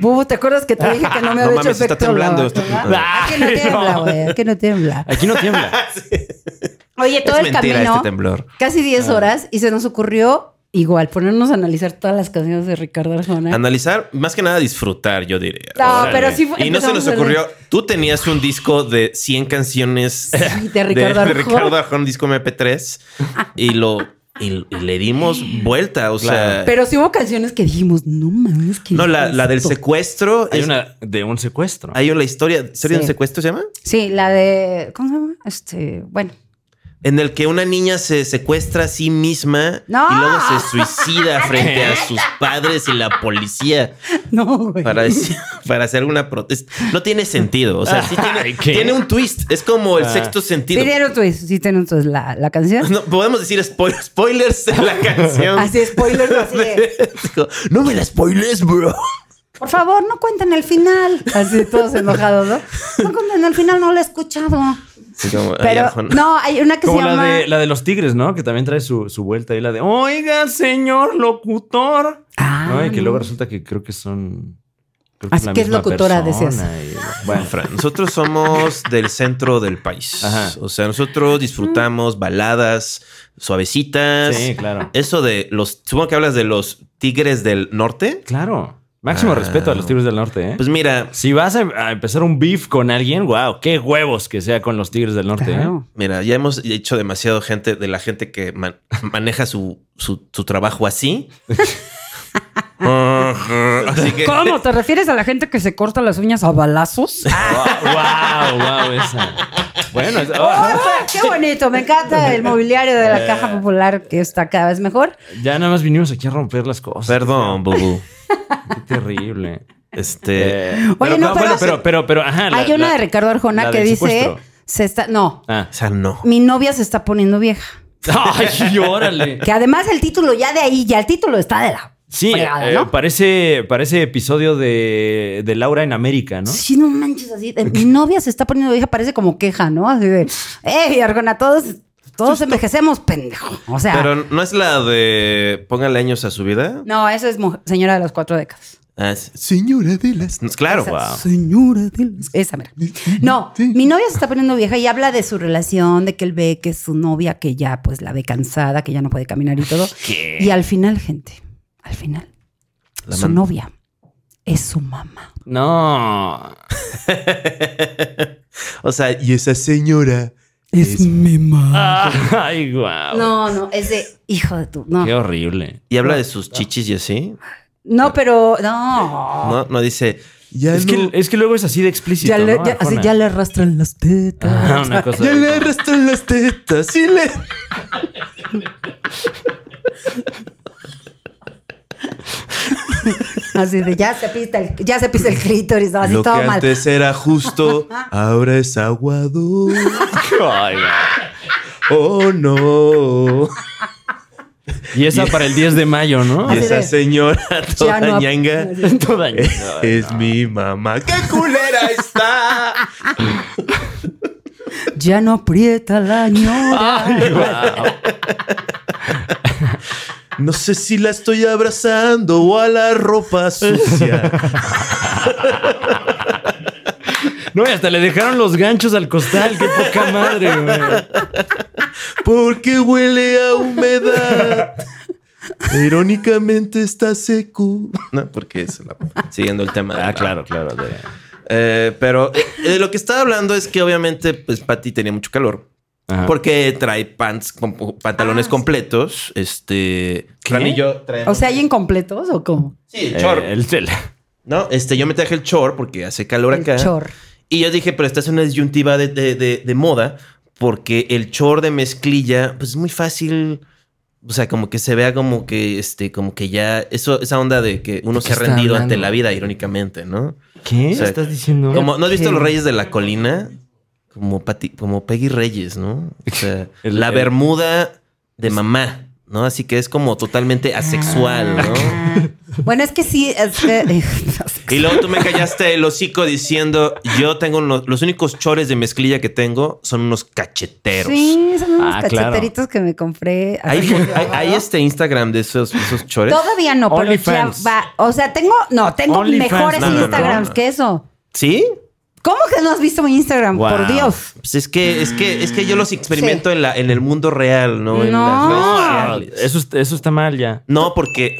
Bubu, ¿te acuerdas que te dije que no me
No
había hecho
mames, está
efecto?
temblando
la-
esto.
¿verdad? Aquí no
Ay,
tiembla,
no.
güey. Aquí no tiembla.
Aquí no tiembla.
Oye, todo
es
el
mentira
camino,
este temblor.
casi 10 horas, y se nos ocurrió igual ponernos a analizar todas las canciones de Ricardo
Ah,
Arjona.
Analizar, más que nada disfrutar, yo diría.
No,
Órale.
pero sí fue-
Y no se
empezamos
nos
a
ocurrió. Tú tenías un disco de 100 canciones
de Ricardo Arjona.
Ricardo Arjona, disco MP3, y lo. Y, y le dimos vuelta, o sea.
Pero sí hubo canciones que dijimos, no mames, que.
no, la, la del secuestro.
Hay
es-
una de un secuestro.
hay una historia. ¿Historia
Sí.
del secuestro se llama?
Sí, la de. ¿Cómo se llama? Este. Bueno.
En el que una niña se secuestra a sí misma
¡No!
y luego se suicida frente a sus padres y la policía
No, güey.
para, decir- para hacer una protesta. No tiene sentido. O sea, sí
Ay,
tiene,
¿qué? Ah.
tiene un twist. Es como el sexto sentido.
Sí, tiene un twist, sí, tiene un twist la, la canción.
No, podemos decir spoil- spoilers de la canción.
Así, spoilers, así de,
Digo, no me la spoiles, bro.
por favor, no cuenten el final. Así, todos enojados, ¿no? No cuenten el final, no lo he escuchado.
Así como, ay,
Pero
Arjona.
no, hay una que se
Como la
llama.
de, la de los tigres, ¿no? Que también trae su, su vuelta ahí, la de, oiga, señor locutor.
Ah,
¿No? Y que
no.
luego resulta que creo que son... creo
Así que es locutora,
y- bueno,
Fran, nosotros somos del centro del país.
Ajá.
O sea, nosotros disfrutamos baladas suavecitas.
sí, claro.
Eso de los, supongo que hablas de los tigres del norte.
Claro. Máximo
Ah.
respeto a los tigres del norte, ¿eh?
Pues mira,
si vas a, a empezar un beef con alguien, wow, qué huevos que sea con los tigres del norte, ¿eh?
Claro.
mira, ya hemos hecho demasiado gente de la gente que man- maneja su, su, su trabajo así. Ajá. así que
¿Cómo? ¿Te refieres a la gente que se corta las uñas a balazos?
wow, wow, esa. Bueno, es-
¡Ah,
oh,
¡Qué bonito! Me encanta el mobiliario de la caja popular que está cada vez mejor.
ya nada más vinimos aquí a romper las cosas.
perdón, Bubu.
Qué terrible.
Este,
Eh,
Oye, no,
no,
pero-
bueno, pero, pero, pero, ajá. Ah, la-
Hay una
la-
de Ricardo Arjona
la
que
del
dice:
secuestro.
se está, No,
Ah.
o sea, no.
mi novia se está poniendo vieja.
Ay, órale.
Que además el título ya de ahí, ya el título está de la.
Sí,
fregada,
eh,
¿no?
parece, parece episodio de, de Laura en América, ¿no?
Sí, no manches, así. de, mi novia se está poniendo vieja, parece como queja, ¿no? Así de, ¡Ey, Arjona, todos, todos envejecemos, pendejo! O sea,
Pero no es la de póngale años a su vida.
no, eso es mu- señora de las cuatro décadas.
Ah, es-
Señora de las...
claro,
Esa-
wow.
Señora de las...
Esa, mira. No, mi novia se está poniendo vieja y habla de su relación, de que él ve que su novia, que ya pues la ve cansada, que ya no puede caminar y todo. Y al final, gente, al final,
La
su
man-
novia es su mamá.
No.
O sea,
Y esa señora...
Es, mi mamá.
Ay, wow.
No, no, es de hijo de tu. No,
Qué horrible.
y habla de sus chichis y así.
no pero no.
Ah.
No, no dice,
Ya
Es
no-
que, es que luego es así de explícito.
Ya le,
¿no,
ya- así,
Arjona?
ya le arrastran las tetas.
Ah, una cosa.
Ya le arrastran las tetas y le...
Así de ya se pisa el, ya se pisa el clítoris, no, así
Lo que
todo mal.
antes era justo, ahora es aguado.
Ay, no.
Oh, no.
Y esa para el 10 de mayo, ¿no?
Y
Así
esa
de-
señora toda
Ya no-
ñanga
Toda-
es mi mamá. ¡Qué culera está!
Ya no aprieta la ñora.
Ay, guau.
No sé si la estoy abrazando o a la ropa sucia.
No, y hasta le dejaron los ganchos al costal. Qué poca madre, güey.
Porque huele a humedad. Irónicamente está seco.
no, porque es la- siguiendo el tema. de-
Ah, claro, claro. de-
Eh, pero eh, de lo que estaba hablando es que obviamente, pues Patty tenía mucho calor.
Ajá.
Porque trae pants, con- pantalones completos. Este. Fran y yo
O
traemos-
sea, ¿hay incompletos o cómo?
Sí, el
Eh,
short.
el tel-
No, este, yo me traje el short porque hace calor
El
acá.
chor.
Y yo dije, pero esta es una disyuntiva de, de- de- de moda, porque el short de mezclilla, pues es muy fácil. O sea, como que se vea como que, este, como que ya, eso, esa onda de que uno
¿De
se
qué
ha
está
rendido ante
hablando?
la vida, irónicamente, ¿no?
¿Qué
O sea,
estás diciendo?
Como, ¿no has visto
Ok.
los Reyes de la Colina? Como, Pati- como Peggy Reyes, ¿no? O sea,
El-
la
el-
bermuda de mamá, ¿no? Así que es como totalmente asexual, ¿no?
Ah.
Ah. Bueno, es que sí. es eh, que-
Y luego tú me callaste el hocico diciendo, yo tengo unos- los únicos chores de mezclilla que tengo son unos cacheteros.
sí, son unos
Ah, claro.
cacheteritos que me compré. hace
Hay,
poco.
hay- hay este Instagram de esos, esos chores.
Todavía no, pero ya
OnlyFans.
va. O sea, tengo, no, tengo
OnlyFans,
mejores
no, no, no,
Instagrams
no.
que eso.
¿Sí?
¿Cómo que no has visto mi Instagram?
Wow.
Por Dios.
Pues es que, es que, es que yo los experimento en, la, en el mundo real, ¿no? En
No.
las
Ah,
redes sociales.
Eso, es- eso está mal ya.
No, porque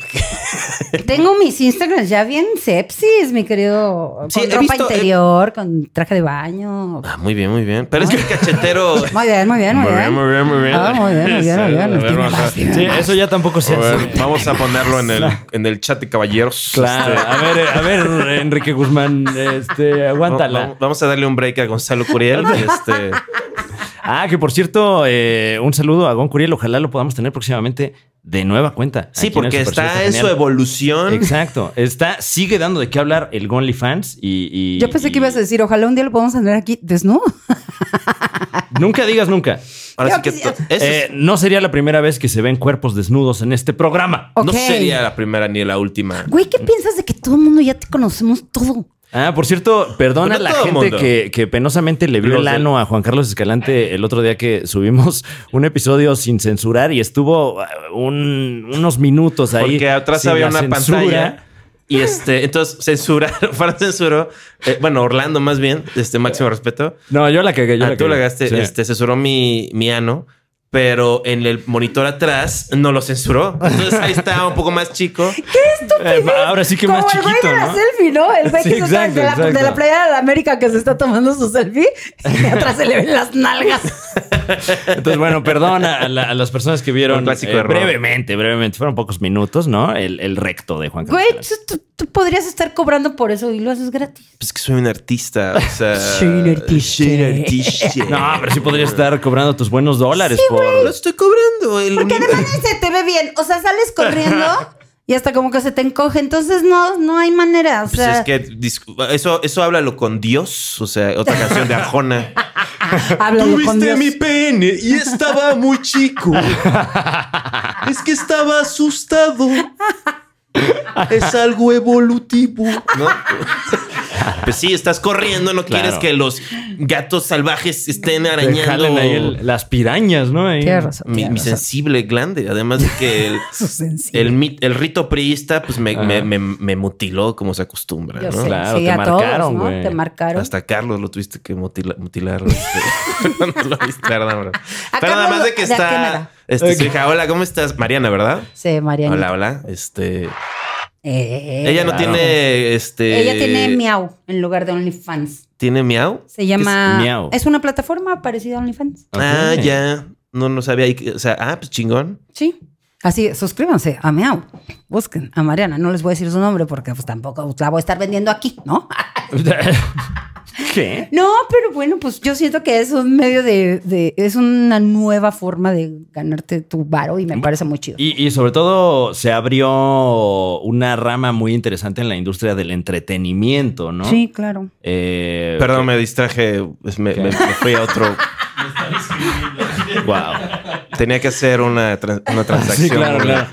Tengo mis Instagrams ya bien sepsis, mi querido. Con
Sí, he
ropa
visto- eh,
interior, con traje de baño.
Ah, muy bien, muy bien. Pero es que el cachetero.
Muy bien, muy bien, muy bien. Muy bien, muy bien. Ah, muy bien, muy bien, muy bien. Tiene más, tiene
Sí,
más.
eso ya tampoco se hace.
vamos este. a ponerlo en el, en el chat de caballeros.
Claro. A ver, eh, a ver, Enrique Guzmán, este, aguántala.
Vamos- Vamos a darle un break a Gonzalo Curiel. Este,
Ah, que por cierto, eh, un saludo a Gon Curiel. Ojalá lo podamos tener próximamente de nueva cuenta. aquí en
sí,
el Super
porque
Show,
está en su
genial.
evolución.
Exacto. Está, sigue dando de qué hablar el Gonly Fans y, y-
Yo pensé que ibas a decir, ojalá un día lo podamos tener aquí desnudo.
y- Nunca digas nunca.
Ahora sí
Yo
que.
quisiera-
to- eso
Eh,
es-
no sería la primera vez que se ven cuerpos desnudos en este programa.
Ok.
No sería la primera ni la última.
Güey, ¿qué piensas de que todo el mundo ya te conocemos todo?
Ah, por cierto, perdona a
Pero
la
todo
gente
mundo.
que, que penosamente le vio
Los
el
del-
ano a Juan Carlos Escalante el otro día que subimos un episodio sin censurar y estuvo ah, un- unos minutos ahí.
Porque atrás
sin
había
la
una
censura.
pantalla. Y este, entonces censuraron, Fran censuró, eh, bueno, Orlando más bien, este máximo respeto.
No, yo la cagué. Yo
Ah,
la
tú
cagué.
la gasté,
Sí.
este, censuró mi, mi ano, pero en el monitor atrás no lo censuró. Entonces ahí está un poco más chico.
Eh, ahora sí que
Como
más
el güey
chiquito,
de la
¿no?
selfie, ¿no? El güey
Sí,
que se está
exacto,
de, la,
exacto.
de la playa de la América que se está tomando su selfie y atrás se le ven las nalgas.
Entonces, bueno, perdona a, la- a las personas que vieron
Un clásico
eh,
error.
brevemente, brevemente, fueron pocos minutos, ¿no? El, el recto de Juan Carlos.
Güey,
Escalante.
tú, tú- tú podrías estar cobrando por eso y lo haces gratis.
Pues que soy un artista, o sea...
Soy un artista.
soy un artista.
No, pero sí podría estar cobrando tus buenos dólares por.
Lo estoy cobrando. el
Porque
uni-
además ni se te ve bien. O sea, sales corriendo y hasta como que se te encoge. Entonces no, no hay manera. O
Pues
sea,
es que discu- eso, eso háblalo con Dios, o sea, otra canción de Arjona.
háblalo con
Tuviste
Dios.
mi pene y estaba muy chico. Es que estaba asustado. Es algo evolutivo.
¿no? pues sí, estás corriendo, no
Claro.
quieres que los gatos salvajes estén
Te
arañando
jalen ahí el- las pirañas, ¿no? Ahí.
Tienes razón,
mi,
tienes
mi
razón.
sensible glande. Además de que el,
Su sencillo.
el, mit- el rito priista pues me,
Ah.
me- me- me mutiló como se acostumbra.
Yo
¿no?
sé,
Claro,
sí,
te
a
marcaron,
todos, ¿no?
güey.
Te marcaron.
Hasta Carlos lo tuviste que mutila- mutilar. este. no lo viste, perdón, bro.
A
Pero nada
Carlos
más
lo-
de que
de Aquénada.
está. Este, su hija, hola, ¿cómo estás? Mariana, ¿verdad?
Sí, Mariana.
Hola, hola. Este,
Eh,
ella no
claro.
tiene este.
Ella tiene Miau en lugar de OnlyFans.
¿Tiene miau?
Se llama.
es Miau?
Es una plataforma parecida a OnlyFans.
Ok.
Ah, ya. No, no sabía. y que- O sea, ah, pues chingón.
Sí. Así, suscríbanse a Miau. Busquen a Mariana. No les voy a decir su nombre porque pues tampoco la voy a estar vendiendo aquí, ¿no?
¿Qué?
No, pero bueno, pues yo siento que es un medio de, de- es una nueva forma de ganarte tu varo y me parece muy chido.
Y, y sobre todo se abrió una rama muy interesante en la industria del entretenimiento, ¿no?
Sí, claro.
Eh,
Perdón, me distraje. pues, Me, me- me fui a otro.
Wow.
Tenía que hacer una, tran- una transacción.
Ah, Sí, claro,
muy-
claro.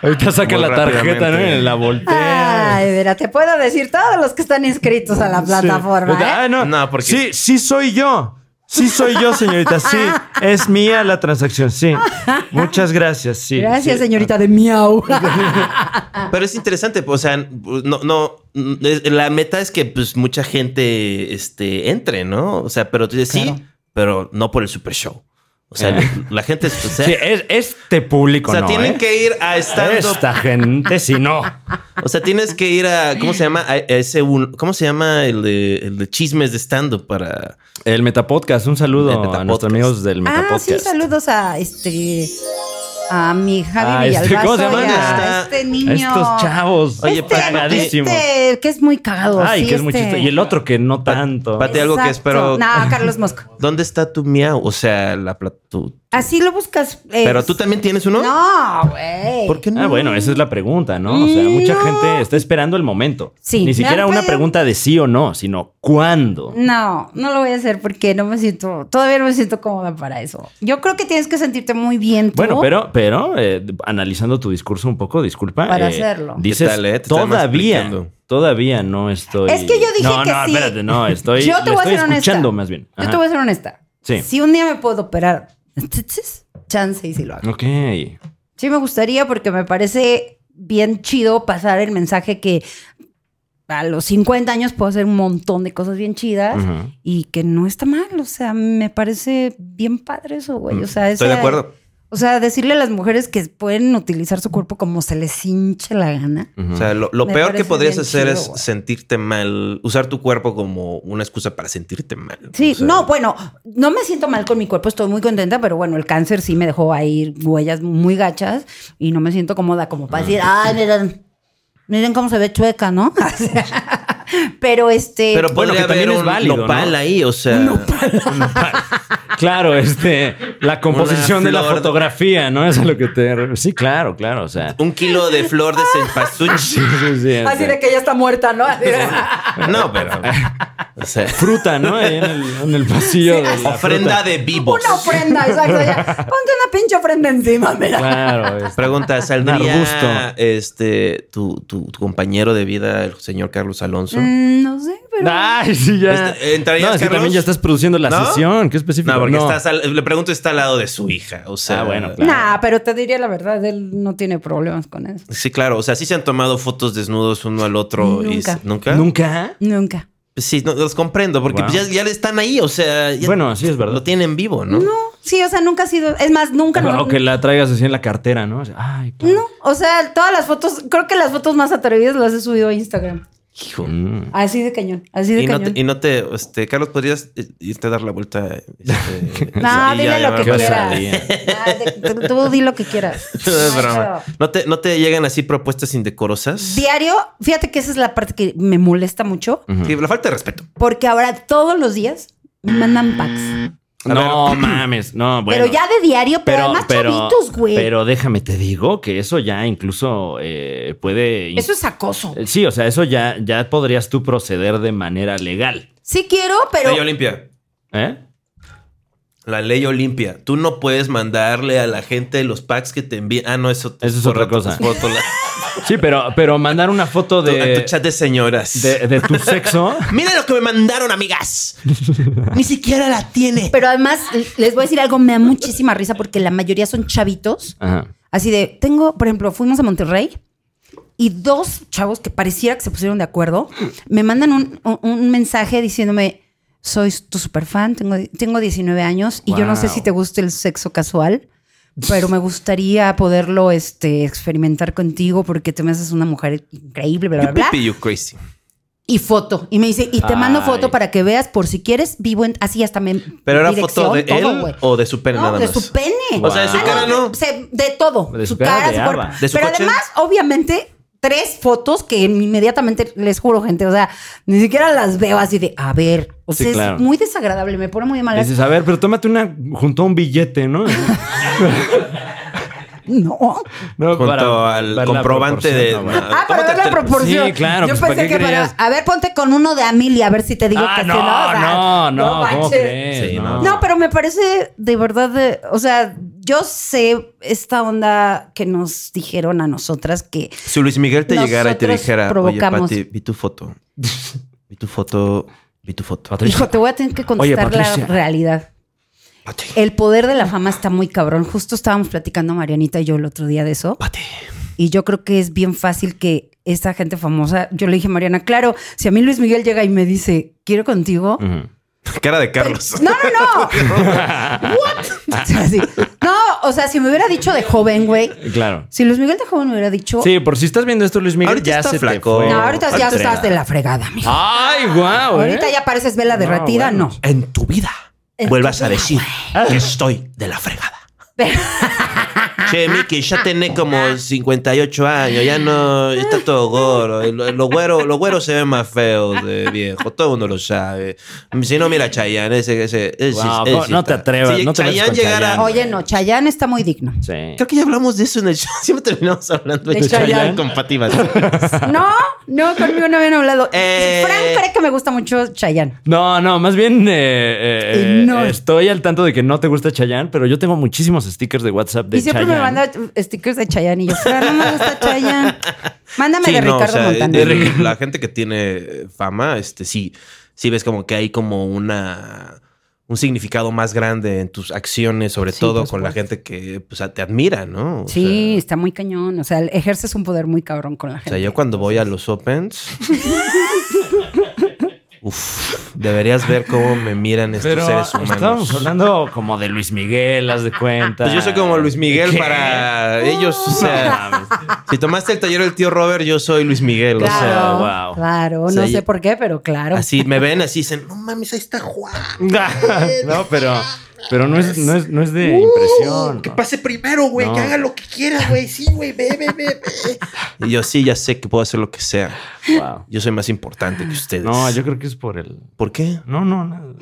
Ahorita saca
Muy
la tarjeta, ¿no?
rápidamente.
Y La voltea.
Ay, mira, Ah, te puedo decir todos los que están inscritos a la plataforma.
Sí. Ah,
¿eh?
no.
No, porque-
Sí, sí soy yo. Sí soy yo, señorita. Sí, es mía la transacción. Sí. Muchas gracias. Sí.
Gracias,
sí.
señorita de Miau.
Pero es interesante, pues, o sea, no, no, mm, es- la meta es que pues mucha gente este, entre, ¿no? O sea, pero tú dices, sí, pero no por el super show. O sea, la gente, o sea,
Eh. Sí, es, este público.
o sea
no,
tienen
¿eh?
que ir a stand
Esta gente, si no.
O sea, tienes que ir a, ¿cómo se llama? A a ese, un- ¿cómo se llama el de, el de chismes de stand para...
El Metapodcast, un
El
saludo a
Metapodcast.
nuestros amigos del Metapodcast.
Ah, sí, saludos a este a mi Javi
Ah, este,
Villalbazo
¿cómo se
y
llama?
a
Está-
este
A
niño.
Estos chavos.
Oye,
este,
pagadísimos.
este que es muy cagado.
Ay,
sí,
que es muy
este.
chiste. Y el otro que no tanto.
Pati, algo que
Exacto.
espero-
No, Carlos Mosco.
¿Dónde está tu miau? O sea, la... pla- tu-
Así lo buscas. eh,
Pero tú también tienes uno.
No, güey.
¿Por qué no?
Ah, bueno, esa es la pregunta, ¿no? O sea, mucha gente está esperando el momento.
Sí.
Ni
Me
siquiera
han
una
pedido-
pregunta de sí o no, sino cuándo.
No, no lo voy a hacer porque no me siento, todavía no me siento cómoda para eso. Yo creo que tienes que sentirte muy bien tú.
Bueno, pero, pero eh, analizando tu discurso un poco, disculpa.
Para
eh,
hacerlo.
Dices,
¿Qué tal, eh? Te estamos
todavía,
explicando.
todavía no estoy.
Es que yo dije
no,
que
no,
sí.
espérate, no, estoy.
Yo te
lo
voy a
estoy
ser honesta.
escuchando más bien.
Yo te voy a ser honesta.
Sí.
Si un día me puedo operar, tzitzis, chance y si lo hago.
Ajá. Ok.
Sí, me gustaría porque me parece bien chido pasar el mensaje que a los 50 años puedo hacer un montón de cosas bien chidas
Ujú.
y que no está mal. O sea, me parece bien padre eso, güey. O sea,
Estoy
esa-
de acuerdo.
O sea, decirle a las mujeres que pueden utilizar su cuerpo como se les hinche la gana.
Ujú.
O sea, lo, lo
Me
peor que
parece
podrías
bien
hacer
chido,
es
güey.
sentirte mal, usar tu cuerpo como una excusa para sentirte mal.
Sí,
O sea,
no, bueno, no me siento mal con mi cuerpo, estoy muy contenta, pero bueno, el cáncer sí me dejó ahí huellas muy gachas y no me siento cómoda como para decir,
Ah.
ay, miren, miren cómo se ve chueca, ¿no? O sea, pero este,
Pero
Bueno, que
podría
también
haber
es
un
válido,
nopal
¿no?
ahí, o sea.
Claro, este, la composición de la
flor.
fotografía, ¿no? Eso es a lo que te. Sí, claro, claro. O sea.
Un kilo de flor de cempasúchil. pues,
sí, este, sí, sí, o
así
sea.
"Ah, de que ella está muerta, ¿no? Así de-
No, pero. O sea,
Fruta, ¿no? Ahí en el, en el pasillo de la
ofrenda
fruta.
de vivos.
Una ofrenda, exacto. ya. Ponte una pinche ofrenda encima, mira.
Claro, este. es-
Pregunta,
Un
¿saldría
arbusto.
este, tu, tu- tu compañero de vida, el señor Carlos Alonso?
Mm, no sé, pero.
Ay, sí, ya.
Este, ¿entrarías,
no, es que
Carlos?
también ya estás produciendo la
¿No?
sesión. Qué específico.
No, porque estás al- le pregunto, está al lado de su hija. O sea,
Ah, bueno, claro.
Nah, pero te diría la verdad, él no tiene problemas con eso.
Sí, claro. O sea, sí se han tomado fotos desnudos uno al otro. y-
Nunca.
¿Nunca?
¿Nunca?
Nunca.
Pues Sí, no, los comprendo, porque
Wow.
pues, ya, ya están ahí. O sea, ya
Bueno, sí, es verdad.
Lo tienen vivo, ¿no?
Sí, o sea, nunca ha sido. Es más, nunca nos-
O que la traigas así en la cartera, ¿no? O sea, Ay, claro.
No, o sea, todas las fotos, creo que las fotos más atrevidas las he subido a Instagram.
Hijo.
Mm.
Así de cañón, así de
Y no,
cañón.
te, y no te, este, Carlos, podrías eh, irte a dar la vuelta. Este,
No,
y
dile
ya
lo que
llamarme?
quieras. Ah, de- tú, tú di lo que quieras.
Es broma.
Pero
¿No te, ¿No te llegan así propuestas indecorosas?
Diario, fíjate que esa es la parte que me molesta mucho,
Sí, la falta de respeto.
porque ahora todos los días me mandan packs.
A
No mames, no, bueno.
pero ya de diario, pero, además chavitos, güey.
pero déjame te digo que eso ya incluso eh, puede. eh,
Eso es acoso.
Eh,
Sí, o sea, eso ya, ya podrías tú proceder de manera legal.
Sí quiero, pero
Ley Olimpia.
¿Eh?
La ley Olimpia. Tú no puedes mandarle a la gente los packs que te envían. Ah, no, eso,
Eso es otra cosa.
es otro lado.
Sí, pero, pero mandar una foto
Tu- a
de,
tu chat de señoras.
de, de tu sexo.
Mira lo que me mandaron, amigas. Ni siquiera la tiene.
pero además les voy a decir algo, me da muchísima risa porque la mayoría son chavitos.
Ajá.
Así de, tengo, por ejemplo, fuimos a Monterrey y dos chavos que pareciera que se pusieron de acuerdo me mandan un, un- un mensaje diciéndome, soy tu superfan, tengo, tengo 19 años y yo no sé
Wow.
si te gusta el sexo casual, pero me gustaría poderlo este, experimentar contigo porque te me haces una mujer increíble, bla, bla, bla.
Pipi, you crazy.
Y foto. Y me dice, y te mando
Ay.
foto para que veas por si quieres, vivo en, así hasta me...
Pero era
dirección,
foto de él
todo, güey.
o de su pene
No,
nada
de
más.
su pene.
O sea, de su
Ah,
cara no.
de- se- de todo.
De su
su,
cara,
cara,
de
su
Ava.
cuerpo.
De su
Pero
coche.
además, obviamente, tres fotos que inmediatamente les juro, gente. O sea, ni siquiera las veo así de, a ver. O
Sí,
sea,
claro.
es muy desagradable. Me pone muy mal.
Dices, a ver, pero tómate una junto a un billete, ¿no?
No.
no
Junto
para
al
ver la
comprobante de.
proporción, no, bueno.
Ah, para
¿Cómo te-
ver la
te-
proporción.
Sí, claro,
Yo
pues, ¿para
pensé
qué
que para.
creías?
A ver, ponte con uno de a mil y a ver si te digo
Ah,
que sí,
no,
O sea,
no, no, ¿cómo
manches.
crees?
Sí,
no.
no.
No, pero me parece de verdad, de- o sea, yo sé esta onda que nos dijeron a nosotras que
Si Luis Miguel te llegara y te
Nosotros
dijera, oye,
provocamos".
Pati, vi tu foto. Vi tu foto. Vi tu foto.
Patricia.
Hijo, te voy a tener que contestar
Patricia.
la realidad.
Pati.
El poder de la fama está muy cabrón. Justo estábamos platicando Marianita y yo el otro día de eso.
Pati.
Y yo creo que es bien fácil que esta gente famosa, yo le dije a Mariana, claro, si a mí Luis Miguel llega y me dice, quiero contigo.
Ujú.
Cara Pues, de Carlos.
No, no, no. What? O sea, sí. No, o sea, si me hubiera dicho de joven, güey.
Claro.
Si Luis Miguel de joven me hubiera dicho,
Sí, por si estás viendo esto, Luis Miguel,
Ahorita
ya
está
se te
flaco.
fue.
no, ahorita ya
Entrena.
estás de la fregada,
Ah,
mijo.
Ay, guau. ¿eh?
ahorita ya pareces vela
No,
derretida,
bueno.
no.
En tu vida
En
vuelvas
tu
a
vida,
decir que estoy de la fregada. Che, Miki, ya tenés como 58 años, ya no ya está todo gordo. Los lo güeros lo güero se ven más feos de viejo, todo el mundo lo sabe. Si no, mira a Chayanne, ese, ese, ese-
Wow,
ese
¿cómo? No te atrevas, no te metas
Chayanne
con
llegara-
Chayanne.
Oye, no, Chayanne está muy digno.
Sí.
Creo que ya hablamos de eso en el show. Siempre terminamos hablando de,
De
Chayanne.
Chayanne.
con Pati Vasconcelos.
No, no, conmigo no habían hablado.
Eh.
Frank cree que me gusta mucho Chayanne.
No, no, más bien eh, eh,
Eh, no.
estoy al tanto de que no te gusta Chayanne, pero yo tengo muchísimos stickers de WhatsApp de
Y siempre me
Chayanne.
manda stickers de Chayanne y yo, Fran, no me gusta Chayanne. Mándame
Sí,
de
no, o
Ricardo
sea,
Montaner.
de Rick- la gente que tiene eh, fama, este sí, sí ves como que hay como una un significado más grande en tus acciones, sobre
Sí,
todo
por
con la gente que pues, te admira, ¿no? O
sí, está muy cañón. O sea, ejerces un poder muy cabrón con la
sea, o
gente.
sea, yo cuando voy a los Opens. Uf, deberías ver cómo me miran estos
Pero
seres humanos.
estábamos hablando como de Luis Miguel, haz de cuenta.
Pues yo soy como Luis Miguel
¿Qué?
para ellos. O
No
sea, si tomaste el taller del tío Robert, yo soy Luis Miguel. O sea,
Claro,
wow.
claro.
O sea,
no
yo-
sé por qué, pero claro.
así me ven, así dicen, no mames, ahí está Juan.
no, pero, pero no, es, no, es, no es
Uh,
de impresión. ¿no?
pase primero, güey.
No. que haga
lo que quiera, güey. Sí, güey. Ve, ve, ve, ve.
Y yo sí, ya sé que puedo hacer lo que sea.
Wow.
Yo soy más importante que ustedes.
No, yo creo que es por el.
¿Por qué?
No, no, nada.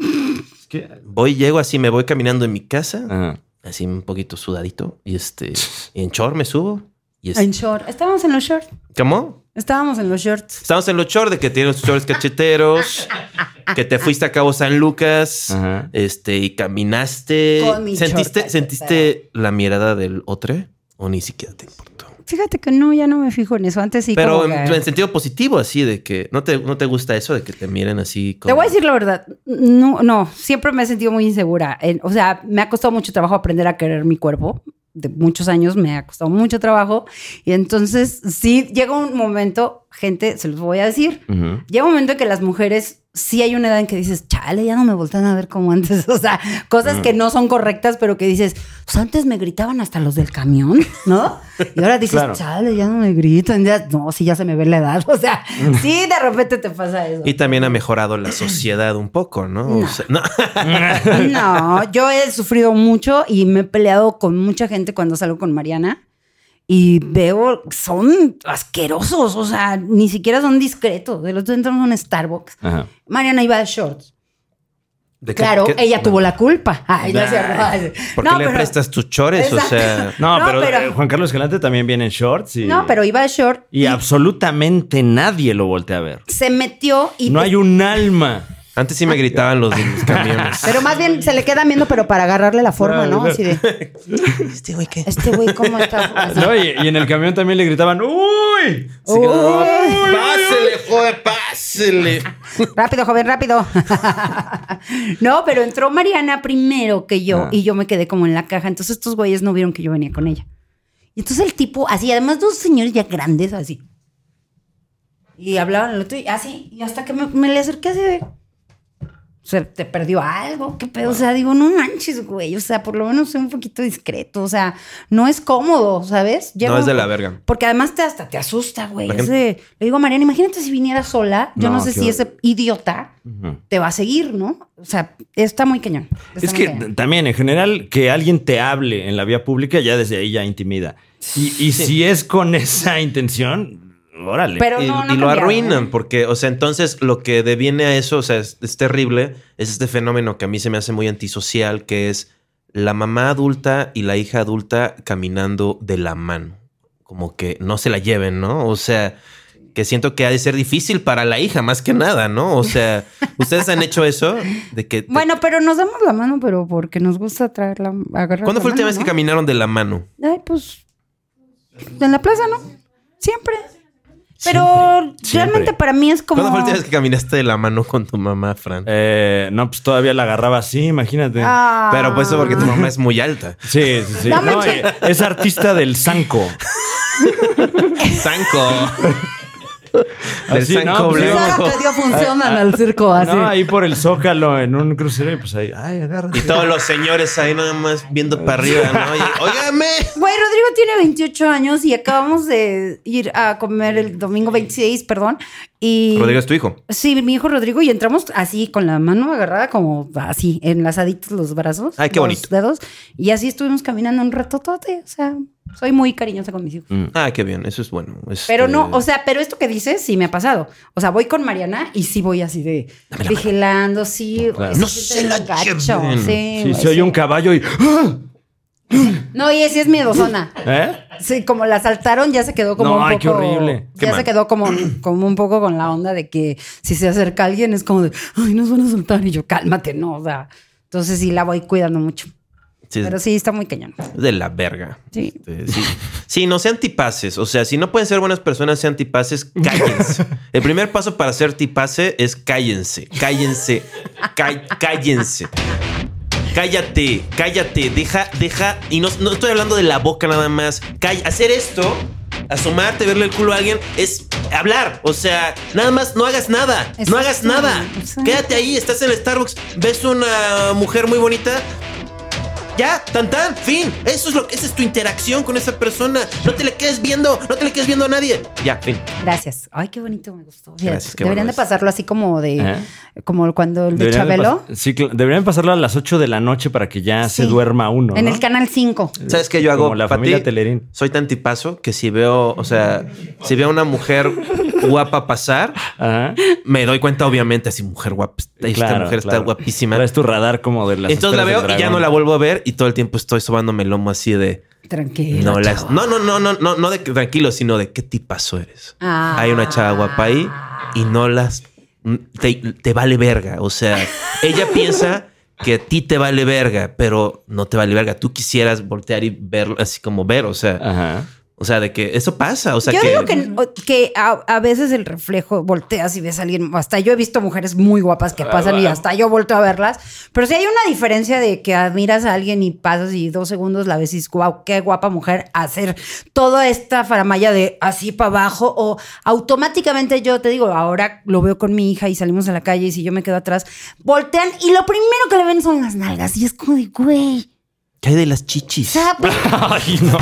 Es que.
Voy, llego así, me voy caminando en mi casa,
Ajá.
así un poquito sudadito, y este, y en short me subo. Y es-
En short. Estábamos en los shorts.
¿Cómo?
Estábamos en los shorts.
Estamos en los shorts de que tienen los shorts cacheteros, que te fuiste a Cabo San Lucas,
Ajá.
este, y caminaste.
Con mi
¿Sentiste,
short
¿sentiste la mirada del otro? ¿O ni siquiera te importó?
Fíjate que no, ya no me fijo en eso. Antes sí
Pero
como
en,
que-
en sentido positivo, así de que no te, no te gusta eso de que te miren así.
Te
como-
voy a decir la verdad, no, no, siempre me he sentido muy insegura. En- o sea, me ha costado mucho trabajo aprender a querer mi cuerpo. De muchos años me ha costado mucho trabajo. Y entonces, sí, llega un momento, gente, se los voy a decir,
Ujú.
llega un momento en que las mujeres, sí hay una edad en que dices, chale, ya no me voltean a ver como antes. O sea, cosas que no son correctas, pero que dices, pues antes me gritaban hasta los del camión, ¿no? Y ahora dices,
Claro.
chale, ya no me gritan. Ya, no, sí, ya se me ve la edad. O sea, sí, de repente te pasa eso.
Y también ha mejorado la sociedad un poco, ¿no? O
No.
sea, no.
No, yo he sufrido mucho y me he peleado con mucha gente cuando salgo con Mariana y veo, son asquerosos, o sea, ni siquiera son discretos. De los dos entramos a un Starbucks.
Ajá.
Mariana iba de shorts.
¿De qué-
Claro,
qué-
ella tuvo la culpa. Ay, no es cierto.
¿Por qué
No,
le
pero-
prestas tus chores? O sea,
Exacto.
No,
No,
pero,
pero-
eh, Juan Carlos Escalante también viene en shorts y,
No, pero iba de short.
y absolutamente nadie lo voltea a ver.
Se metió y... pues,
No hay un alma.
antes sí me gritaban los de los camiones.
Pero más bien se le queda viendo, pero para agarrarle la forma,
Ah,
¿no? Así de...
Este güey que.
Este güey, ¿cómo está? Así.
No, y, y en el camión también le gritaban, ¡Uy!
Uy.
Pásele, joder, pásele.
Rápido, joven, rápido. no, pero entró Mariana primero que yo
Ah.
y yo me quedé como en la caja. Entonces estos güeyes no vieron que yo venía con ella. Y entonces el tipo, así, además dos señores ya grandes, así. Y hablaban al otro y así. Y hasta que me, me le acerqué así de... Se te perdió algo, qué pedo. O sea, digo, no manches, güey. O sea, por lo menos sé un poquito discreto. O sea, no es cómodo, ¿sabes? Llega
No, es
un-
de la verga.
porque además te hasta te asusta, güey.
La
Es de- Le digo, Mariana, imagínate si viniera sola. Yo no,
No,
sé
qué
si
hor-
ese idiota
Ujú.
te va a seguir, ¿no? O sea, está muy cañón. Está
Es
muy
que
cañón.
también, en general, que alguien te hable en la vía pública, ya desde ahí ya intimida. Y, y si es con esa intención, órale.
Pero
y,
no, no
y lo
cambiaron,
arruinan,
¿eh?
porque, o sea, entonces lo que deviene a eso, o sea, es, es terrible, es este fenómeno que a mí se me hace muy antisocial, que es la mamá adulta y la hija adulta caminando de la mano. Como que no se la lleven, ¿no? O sea, que siento que ha de ser difícil para la hija, más que nada, ¿no? O sea, ¿ustedes han hecho eso? De que, de-
Bueno, pero nos damos la mano, pero porque nos gusta traer la agarrar
¿Cuándo
la
fue la última
mano,
vez que
¿no?
caminaron de la mano?
Ay, pues en la plaza, ¿no? Siempre. Pero realmente
siempre.
para mí es como
¿Cuándo fue la última vez que caminaste de la mano con tu mamá, Fran?
Eh, no, pues todavía la agarraba así, imagínate.
Ah.
Pero pues eso porque tu mamá es muy alta.
Sí, sí, sí.
No
No,
manches.
eh, es artista del Sanco.
Sanco. Del
Así,
Sanco
¿no? Pues
Pues
blanco.
ahora que dio funcionan al circo así.
ah, No, ahí por el Zócalo en un crucero y pues ahí, ay, agárrate.
Y todos los señores ahí nada más viendo para arriba, ¿no? Y, Óigame.
Güey, Rodrigo tiene 28 años y acabamos de ir a comer el domingo 26, perdón. Y
Rodrigo es tu hijo.
Sí, mi hijo Rodrigo y entramos así con la mano agarrada como así, enlazaditos los brazos.
Ay, qué
los
bonito.
dedos. Y así estuvimos caminando un ratotote. O sea, soy muy cariñosa con mis hijos.
Ah, qué bien, eso es bueno. Este,
Pero no, o sea, pero esto que dices sí me ha pasado. O sea, voy con Mariana y sí voy así de vigilando, sí.
Claro.
sí
No
siento
se la
gacho,
lleven.
Sí,
Si
güey,
se oye
sí.
un caballo y. ¡ah!
No, y ese es miedosona.
¿Eh?
Sí, como la saltaron, ya se quedó como
No,
un poco.
ay, qué horrible. Qué
ya
mal.
se quedó como, como un poco con la onda de que si se acerca alguien es como de, ay, nos van a saltar. Y yo, cálmate, no, o sea. Entonces sí la voy cuidando mucho.
sí,
Pero sí está muy cañón.
de la verga.
Sí.
Este, Sí. sí, no sean tipaces. O sea, si no pueden ser buenas personas, sean tipaces, cállense. El primer paso para ser tipase es cállense, cállense, cá- cállense. Cállate, cállate, deja, deja. Y no, no estoy hablando de la boca nada más. Call- hacer esto, asomarte, verle el culo a alguien, es hablar. O sea, nada más no hagas nada. No hagas
Exacto,
nada.
exacto.
Quédate ahí, estás en el Starbucks, ves una mujer muy bonita. Ya, tan tan, fin. Eso es lo que esa es tu interacción con esa persona. No te le quedes viendo, no te le quedes viendo a nadie. Ya, fin.
Gracias. Ay, qué bonito, me gustó. Fíjate,
Gracias, qué
Deberían
bueno
de
es.
pasarlo así como de,
Ajá.
como cuando el de
Deberían de
Chabelo.
pas- sí, cl- deberían pasarlo a las 8 de la noche para que ya se
Sí.
duerma uno.
en
¿no?
el canal 5.
¿Sabes qué yo hago?
Como la
Pati?
familia Telerín.
Soy tan tipazo que si veo, o sea, si veo a una mujer guapa pasar,
Ajá.
me doy cuenta, obviamente, así, mujer guapa. Esta
Claro,
mujer está
claro.
guapísima.
Traes tu radar como de las.
Entonces la
esferas
veo
del
y ya
dragón.
no la vuelvo a ver y todo el tiempo estoy sobándome el lomo así de.
Tranquilo.
No, las-
chavo.
no, no, no, no, no, no de que- tranquilo, sino de qué tipazo eres.
Ah.
Hay una chava guapa ahí y no las mm, te, te vale verga. O sea, ella piensa que a ti te vale verga, pero no te vale verga. Tú quisieras voltear y ver así como ver, o sea,
Ajá.
o sea, de que eso pasa. O sea,
yo
que,
digo que, o- que a, a veces el reflejo volteas y ves a alguien. Hasta yo he visto mujeres muy guapas
Ah,
que pasan y hasta yo volteo a verlas. Pero sí hay una diferencia de que admiras a alguien y pasas y dos segundos la ves y dices, wow, qué guapa mujer hacer toda esta faramaya de así para abajo. O automáticamente yo te digo, ahora lo veo con mi hija y salimos a la calle y si yo me quedo atrás, voltean y lo primero que le ven son las nalgas. Y es como de, güey,
¿qué hay de las chichis?
¿sabes?
Ay, no.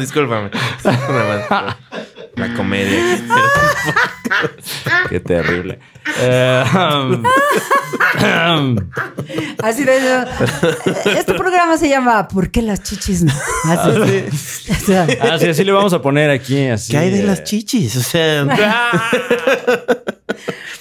discúlpame. Nada más. La comedia.
Qué terrible. Eh, um,
Así de Este programa se llama ¿Por qué las chichis no?
Ah,
Así. O sea,
así, así le vamos a poner aquí. Así,
¿Qué hay de las
eh,
chichis? O sea,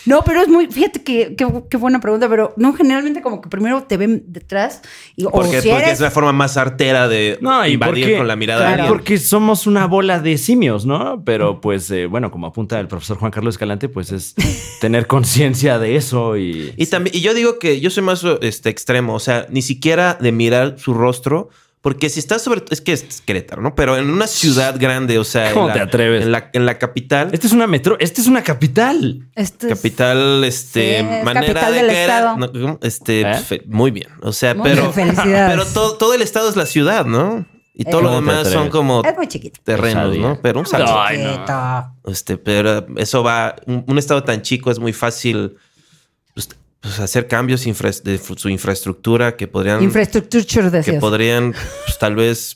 no, pero es muy. Fíjate que, que- qué buena pregunta, pero no, generalmente como que primero te ven detrás y o
porque,
si
porque
eres-
es la forma más artera de
No, y
invadir
porque,
con la mirada. a
claro,
alguien.
porque somos una bola de simios, ¿no?
Mm.
Pero pues, eh, bueno, como apunta el profesor Juan Carlos Escalante, pues es tener conciencia de eso y...
Y también, y yo digo que yo soy más este, extremo, o sea, ni siquiera de mirar su rostro, porque si estás sobre, es que es Querétaro, ¿no? Pero en una ciudad grande, o sea,
¿Cómo
en la,
te atreves? Este
En la, en la capital,
Esta es una metro, esta es una capital.
Esto es-
capital, este,
Sí, es
manera
capital
de
del
que era-
estado.
no, ¿cómo? este,
¿Eh?
fe- muy bien, o sea,
Muy
pero,
bien, felicidades.
pero todo, todo el estado es la ciudad, ¿no? Y todo
Eh.
lo
¿Cómo te
demás son
atreves?
como
es muy chiquito.
terrenos,
Pesadilla.
¿no? Pero un saludo.
Ay, no.
Chiquito.
Este, pero eso va, un, un estado tan chico es muy fácil pues, pues, hacer cambios infra- de fu- su infraestructura que podrían,
Infraestructura de
que podrían pues, tal vez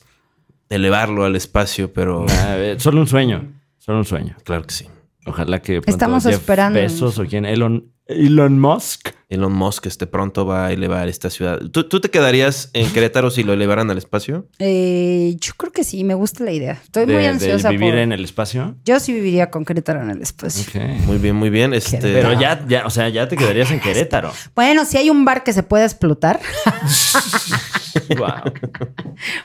elevarlo al espacio, pero
A ver, solo un sueño, solo un sueño.
claro que sí.
Ojalá que pronto
Estamos esperando.
Bezos o quien, Elon, Elon Musk.
Elon Musk este pronto va a elevar esta ciudad. ¿Tú, tú te quedarías en Querétaro si lo elevaran al espacio?
Eh, yo creo que sí, me gusta la idea. Estoy
de-
muy
de
ansiosa.
vivir
por-
en el espacio.
Yo sí viviría con Querétaro en el espacio.
Muy bien, muy bien. Este,
Pero ya, ya, o sea, ya te quedarías en Querétaro.
Bueno, si hay un bar que se pueda explotar,
Wow.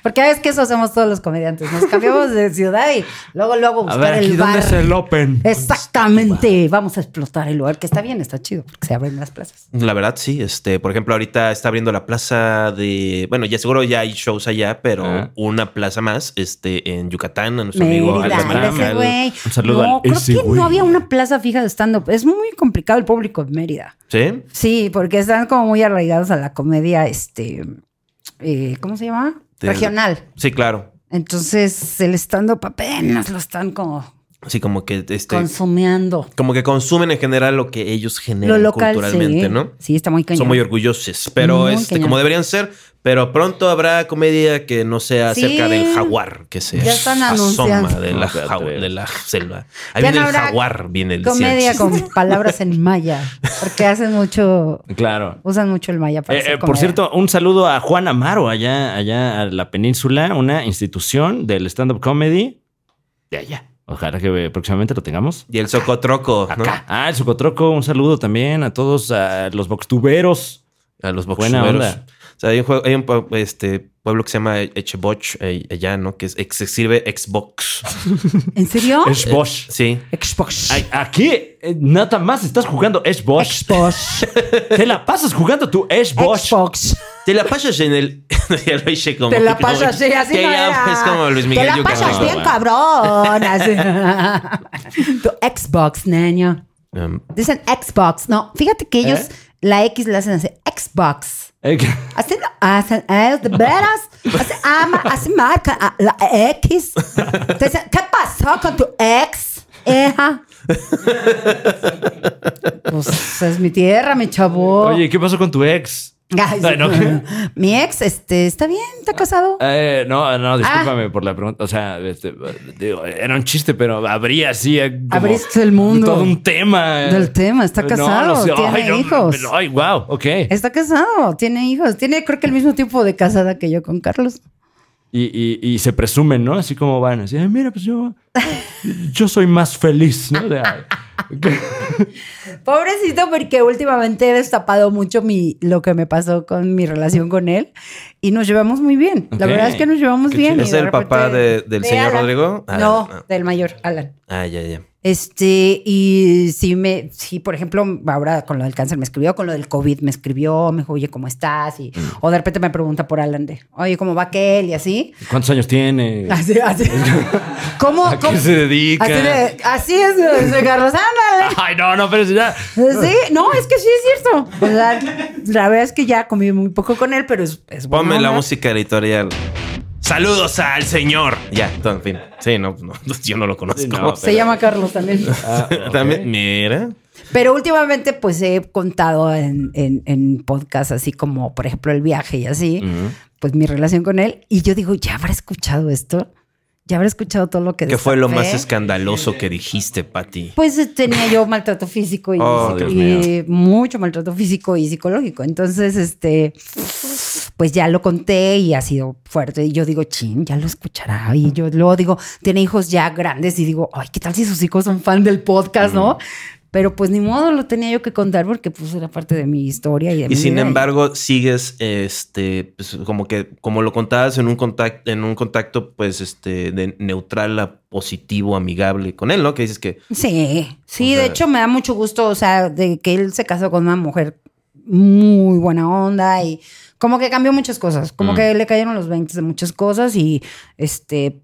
porque a veces que eso hacemos todos los comediantes. Nos cambiamos de ciudad y luego, luego
A
buscar
ver, aquí
el bar.
dónde es el Open.
Exactamente. Vamos a explotar el lugar, que está bien, está chido, porque se abren las plazas.
La verdad, sí. Este, por ejemplo, ahorita está abriendo la plaza de. Bueno, ya seguro ya hay shows allá, pero
Ajá.
una plaza más, este, en Yucatán, a nuestro amigo
Mérida,
Alex
Alejandro
ese
Macal.
güey.
Un saludo
no,
al
creo
ese
que
güey.
no había una plaza fija de stand-up. Es muy complicado el público en Mérida.
¿Sí?
Sí, porque están como muy arraigados a la comedia, este, eh, ¿cómo se llama?
Del-
Regional.
Sí, claro.
Entonces, el stand-up apenas lo están como
Así como que este.
consumiendo.
como que consumen en general lo que ellos generan
Lo local,
culturalmente,
sí.
¿no?
Sí, está muy cañón.
Son muy orgullosos, pero
Muy
este,
cañón.
como deberían ser, pero pronto habrá comedia que no sea
Sí.
acerca del jaguar que se
Ya están
asoma
anunciando.
de la,
No te
jau-
atreves.
de la selva. Ahí
Ya
viene
no
el
habrá
jaguar, viene el decía el
Comedia
chiste.
con palabras en maya, porque hacen mucho,
Claro.
usan mucho el maya para
Eh,
hacer
eh, por
comedia.
cierto, un saludo a Juan Amaro, allá, allá a la península, una institución del stand-up comedy de allá. Ojalá que eh, próximamente lo tengamos.
Y el socotroco, ¿no?
Acá. Ah, el Socotroco, un saludo también a todos, a los boxtuberos.
A los
Buena
boxeadores.
onda.
O sea, hay un, juego- hay un pue- este, pueblo que se llama Echeboch eh, allá, ¿no? Que es, ex- se sirve Xbox.
¿En serio?
Es Bosch.
Sí.
Xbox.
Ay, Aquí eh, nada más estás jugando Es Bosch.
Xbox.
Te la pasas jugando tu Es Bosch.
Xbox.
Te la pasas en el. ya lo hice como.
Te la
como-
pasas así, así
que
no
ya,
era.
Es como Luis Miguel
Te la
Yucatán.
pasas
No,
bien,
bueno.
cabrón. así. tu Xbox, niño.
Um,
Dicen Xbox. No, fíjate que
¿Eh?
ellos la X la hacen así. Xbox.
Eh,
Así lo hacen, ¿eh? es de veras. Así, ama, así marca a la X. Te dicen, ¿qué pasó con tu ex? Eja. Pues es mi tierra, mi chavo.
Oye, ¿qué pasó con tu ex?
Ay,
Ay, no.
Mi ex, este, está bien, está casado.
Eh, no, no, discúlpame por la pregunta. O sea, este, digo, era un chiste, pero habría sí. eh, como
Abriste el mundo.
Todo un tema. eh.
Del tema, está
No,
casado,
lo sé.
tiene
Ay, no,
hijos.
pero, ay, wow, ok.
Está casado, tiene hijos, tiene creo que el mismo tipo de casada que yo con Carlos.
Y, y, y se presumen, ¿no? Así como van. Así, "Ay, mira, pues yo. Yo soy más feliz, ¿no? De, ay,
Pobrecito, porque últimamente he destapado mucho mi, lo que me pasó con mi relación con él y nos llevamos muy bien. La
Ok.
verdad es que nos llevamos
Qué
bien.
chido.
y
¿Es
de
el papá de- del señor
Alan.
Rodrigo? Ah,
no,
no.
del mayor, Alan.
Ah, ya, ya.
Este, y si me, si por ejemplo, ahora con lo del cáncer me escribió, con lo del COVID me escribió, me dijo, oye, ¿cómo estás? Y,
Mm.
O de repente me pregunta por Alan de, oye, ¿cómo va aquel? Y así.
¿Cuántos años tiene?
Así, así. ¿Cómo?
¿A
cómo-
qué se dedica?
Así, de- así es, este, Carlos, ándale.
Ay, no, no, pero ya.
Sí, no, es que sí es cierto. O sea, la verdad es que ya comí muy poco con él, pero es, es buena
Ponme la
onda.
música editorial. Saludos al señor. Ya, todo, en fin. Sí, no, no, yo no lo conozco.
Sí, no,
Se llama Carlos también.
Ah,
También, mira.
Pero últimamente, pues he contado en, en, en podcasts, así como, por ejemplo, el viaje y así, pues mi relación con él. Y yo digo, ¿ya habrá escuchado esto? ¿Ya habrá escuchado todo lo que
¿Qué fue lo más
destapé?"
escandaloso que dijiste, Pati?
Pues eh, tenía yo maltrato físico y,
Oh,
psico-
Dios
y mucho maltrato físico y psicológico. Entonces, este, pues ya lo conté y ha sido fuerte. Y yo digo, chin, ya lo escuchará. Y yo luego digo, tiene hijos ya grandes y digo, ay, ¿qué tal si sus hijos son fan del podcast, no? Pero pues ni modo lo tenía yo que contar porque pues era parte de mi historia Pues, y de mi
Y sin
vida.
embargo, sigues, este, pues, como que, como lo contabas en un contacto, en un contacto, pues, este, de neutral a positivo, amigable con él, ¿no? Que dices que
Sí, sí,
O sea-
de hecho me da mucho gusto, o sea, de que él se casó con una mujer muy buena onda y como que cambió muchas cosas, como
Mm.
que le cayeron los 20 de muchas cosas y este,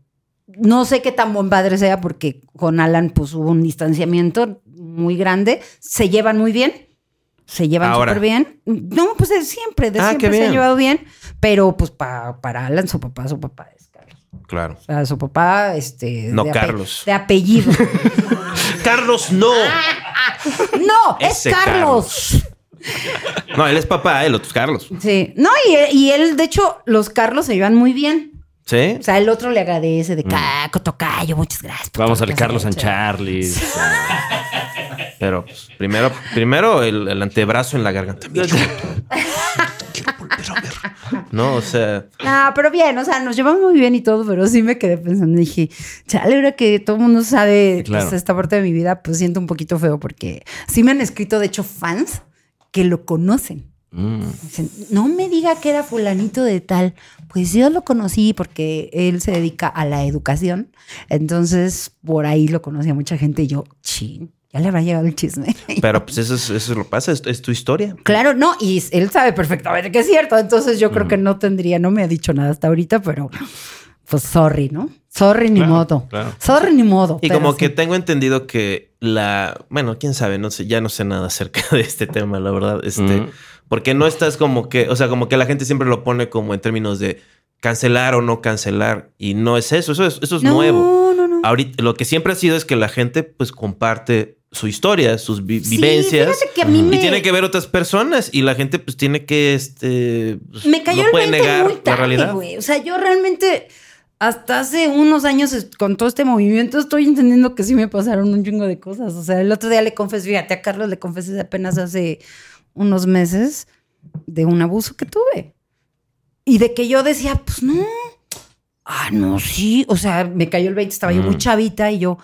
no sé qué tan buen padre sea porque con Alan pues hubo un distanciamiento muy grande, se llevan muy bien. Se llevan
Ahora.
súper bien. No, pues de siempre, de
Ah,
siempre
qué
se han
bien.
llevado bien. Pero pues pa- para Alan, su papá, su papá es Carlos.
Claro.
O sea, su papá, este.
No,
de ape-
Carlos.
De apellido.
Carlos, no.
No, es
Ese
Carlos.
No, él es papá, el otro es Carlos.
Sí. No, y, y él, de hecho, los Carlos se llevan muy bien.
¿Sí?
O sea, el otro le agradece de caco, tocayo, muchas gracias. por
Mm. Vamos
todo lo
al
que has
Carlos and
hecho".
Charlie.
Pero pues, primero, primero el, el antebrazo en la garganta. Mira, yo quiero volver a ver. No, o sea,
No, pero bien, o sea, nos llevamos muy bien y todo, pero sí me quedé pensando. Dije, chale, ahora que todo el mundo sabe
Claro.
pues, esta parte de mi vida, pues siento un poquito feo porque sí me han escrito, de hecho, fans que lo conocen.
Mm.
Dicen, no me diga que era fulanito de tal. Pues yo lo conocí porque él se dedica a la educación. Entonces, por ahí lo conocía mucha gente y yo, chin, ya le habrá llegado el chisme.
pero pues eso es, eso es lo que pasa, es, es tu historia.
claro, no, y él sabe perfectamente que es cierto. Entonces, yo creo que no tendría, no me ha dicho nada hasta ahorita, pero pues sorry, ¿no? Sorry ni modo. Sorry ni modo.
Y
pero
como
sí.
que tengo entendido que la, bueno, quién sabe, no sé, ya no sé nada acerca de este tema, la verdad, este,
Ujú.
porque no estás como que, o sea, como que la gente siempre lo pone como en términos de cancelar o no cancelar y no es eso, eso es, eso es
No,
nuevo. Ah,
no, no.
Ahorita lo que siempre ha sido es que la gente pues comparte su historia, sus vi-
Sí,
vivencias.
fíjate que a mí me-
Y tiene que ver otras personas y la gente pues tiene que este pues,
Me cayó
no
el
puede
20
negar
muy tarde,
la realidad.
güey. O sea, yo realmente hasta hace unos años es- con todo este movimiento estoy entendiendo que sí me pasaron un chingo de cosas. O sea, el otro día le confesé, fíjate, a Carlos le confesé apenas hace unos meses de un abuso que tuve. Y de que yo decía, pues no. Ah, no, sí. O sea, me cayó el 20, estaba yo
Mm.
muy chavita y yo,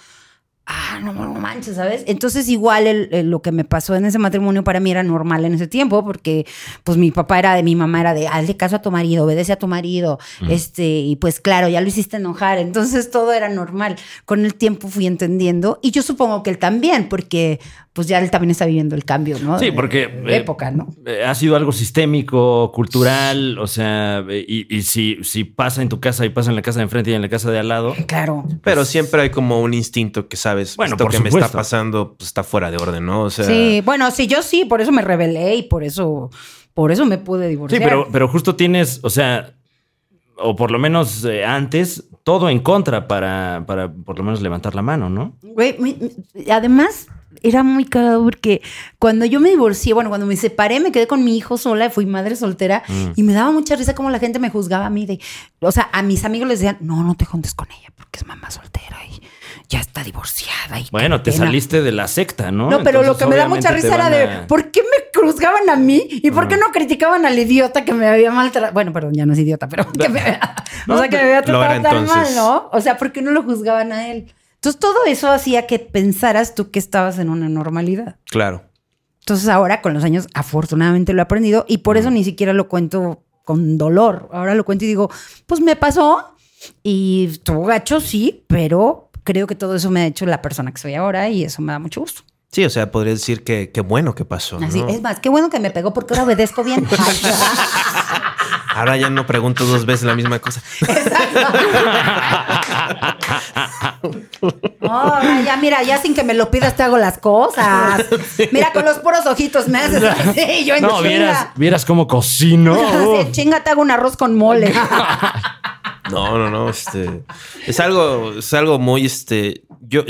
ah, no, no manches, ¿sabes? Entonces igual el- el- lo que me pasó en ese matrimonio para mí era normal en ese tiempo porque pues mi papá era de, mi mamá era de, hazle caso a tu marido, obedece a tu marido,
Mm.
este, y pues claro, ya lo hiciste enojar, entonces todo era normal. Con el tiempo fui entendiendo y yo supongo que él también, porque pues ya él también está viviendo el cambio, ¿no?
Sí,
De-
porque,
de
eh,
época, ¿no?
Eh, ha sido algo sistémico, cultural, o sea, eh, y, y si, si pasa en tu casa y pasa en la casa de enfrente y en la casa de al lado,
Claro.
Pero siempre hay como un instinto que sabes, pues,
Bueno,
esto
por
que me
supuesto.
está pasando pues, está fuera de orden, ¿no? O sea,
Sí, bueno, sí, yo sí, por eso me rebelé y por eso, por eso me pude
Sí,
divorciar.
pero, pero justo tienes, o sea, o por lo menos eh, antes, todo en contra para, para por lo menos levantar la mano, ¿no?
Güey, mi- mi- además, era muy cagado porque cuando yo me divorcié, bueno, cuando me separé, me quedé con mi hijo sola, fui madre soltera
Mm.
y me daba mucha risa cómo la gente me juzgaba a mí. De, o sea, a mis amigos les decían, no, no te juntes con ella porque es mamá soltera y ya está divorciada. Y qué
Bueno, te
pena".
saliste de la secta, ¿no?
No, pero lo
Entonces,
que me da
obviamente
mucha
te
risa era
van
de
a-
por qué me juzgaban a mí y por qué no criticaban al idiota que me había maltratado. Bueno, perdón, ya no es idiota, pero que me, o sea, que me había
lo era
tratado tan mal,
entonces.
¿no? O sea, ¿por qué no lo juzgaban a él? Entonces todo eso hacía que pensaras tú que estabas en una normalidad.
Claro.
Entonces ahora con los años afortunadamente lo he aprendido y por eso ni siquiera lo cuento con dolor. Ahora lo cuento y digo, pues me pasó y estuvo gacho, sí, pero creo que todo eso me ha hecho la persona que soy ahora y eso me da mucho gusto.
Sí, o sea, podría decir que qué bueno que pasó. ¿no?
Así, es más, qué bueno que me pegó porque ahora obedezco bien.
Ahora ya no pregunto dos veces la misma cosa.
Ahora Oh, ya, mira, ya sin que me lo pidas te hago las cosas. Mira, con los puros ojitos me haces así, yo en
No,
chinga.
vieras, vieras cómo cocino.
Así, en chinga te hago un arroz con mole.
No, no, no. Este es algo, es algo muy este. Yo,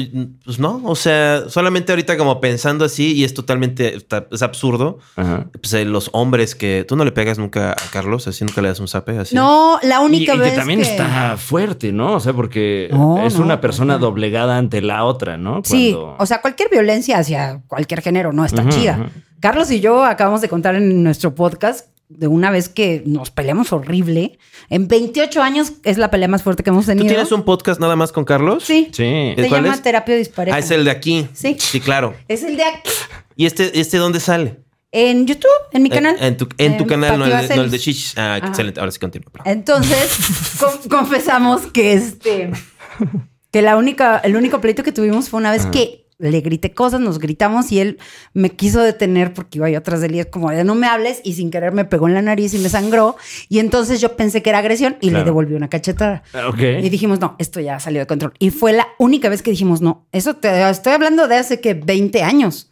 pues no, o sea, solamente ahorita como pensando así y es totalmente está- es absurdo.
Ajá.
Pues eh, los hombres que tú no le pegas nunca a Carlos, así nunca le das un zape, así.
No, la
Y, y
única vez
que también
que-
está fuerte, ¿no? O sea, porque
No,
es
no,
una persona
no.
doblegada ante la otra, ¿no?
Sí,
Cuando-
o sea, cualquier violencia hacia cualquier género no está
Ujú,
chida.
ujú.
Carlos y yo acabamos de contar en nuestro podcast de una vez que nos peleamos horrible. En 28 años es la pelea más fuerte que hemos
¿Tú
tenido.
tienes un podcast nada más con Carlos?
Sí.
Sí.
¿De
Se
cuál
llama
es?
Terapia Dispareja.
Ah, es el de aquí.
Sí.
Sí, claro.
Es el de aquí.
¿Y este, este dónde sale?
En YouTube, en mi canal.
Eh, En, en tu, en tu
Eh,
canal, no el,
Patio
de- no el de
Acelis.
Chichis. Ah,
Ajá. Eh,
excelente. Ahora sí continúa. perdón.
Entonces, con- confesamos que este que la única el único pleito que tuvimos fue una vez que le grité cosas, nos gritamos y él me quiso detener porque iba yo atrás de él y es como de no me hables y sin querer me pegó en la nariz y me sangró y entonces yo pensé que era agresión y
Claro. Ah,
le devolví una cachetada.
Ok.
Y dijimos, no, esto ya salió de control. Y fue la única vez que dijimos, no, eso te estoy hablando de hace que 20 años.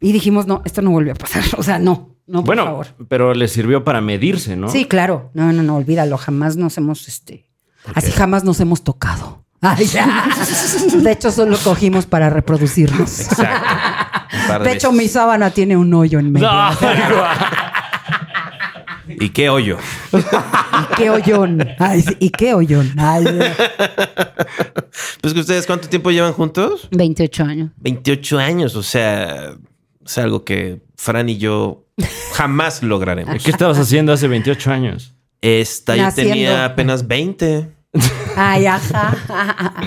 Y dijimos, no, esto no volvió a pasar. O sea, no, no, por
bueno,
favor.
pero le sirvió para medirse, ¿no?
Sí, claro. No, no, no, olvídalo. Jamás nos hemos, este, así jamás nos hemos tocado. Ay, ya. De hecho, solo cogimos para reproducirnos.
Exacto. Un par
De hecho, mi
veces.
sábana tiene un hoyo en medio.
No,
¿Y qué hoyo?
Qué hoyón. Ay, sí, y qué hoyón. Ay,
Pues que ustedes, ¿cuánto tiempo llevan juntos?
28 años.
28 años. O sea, es algo que Fran y yo jamás lograremos.
¿Qué estabas haciendo hace 28 años?
Esta, yo
Ah. Naciendo.
tenía apenas 20.
Ay, ajá.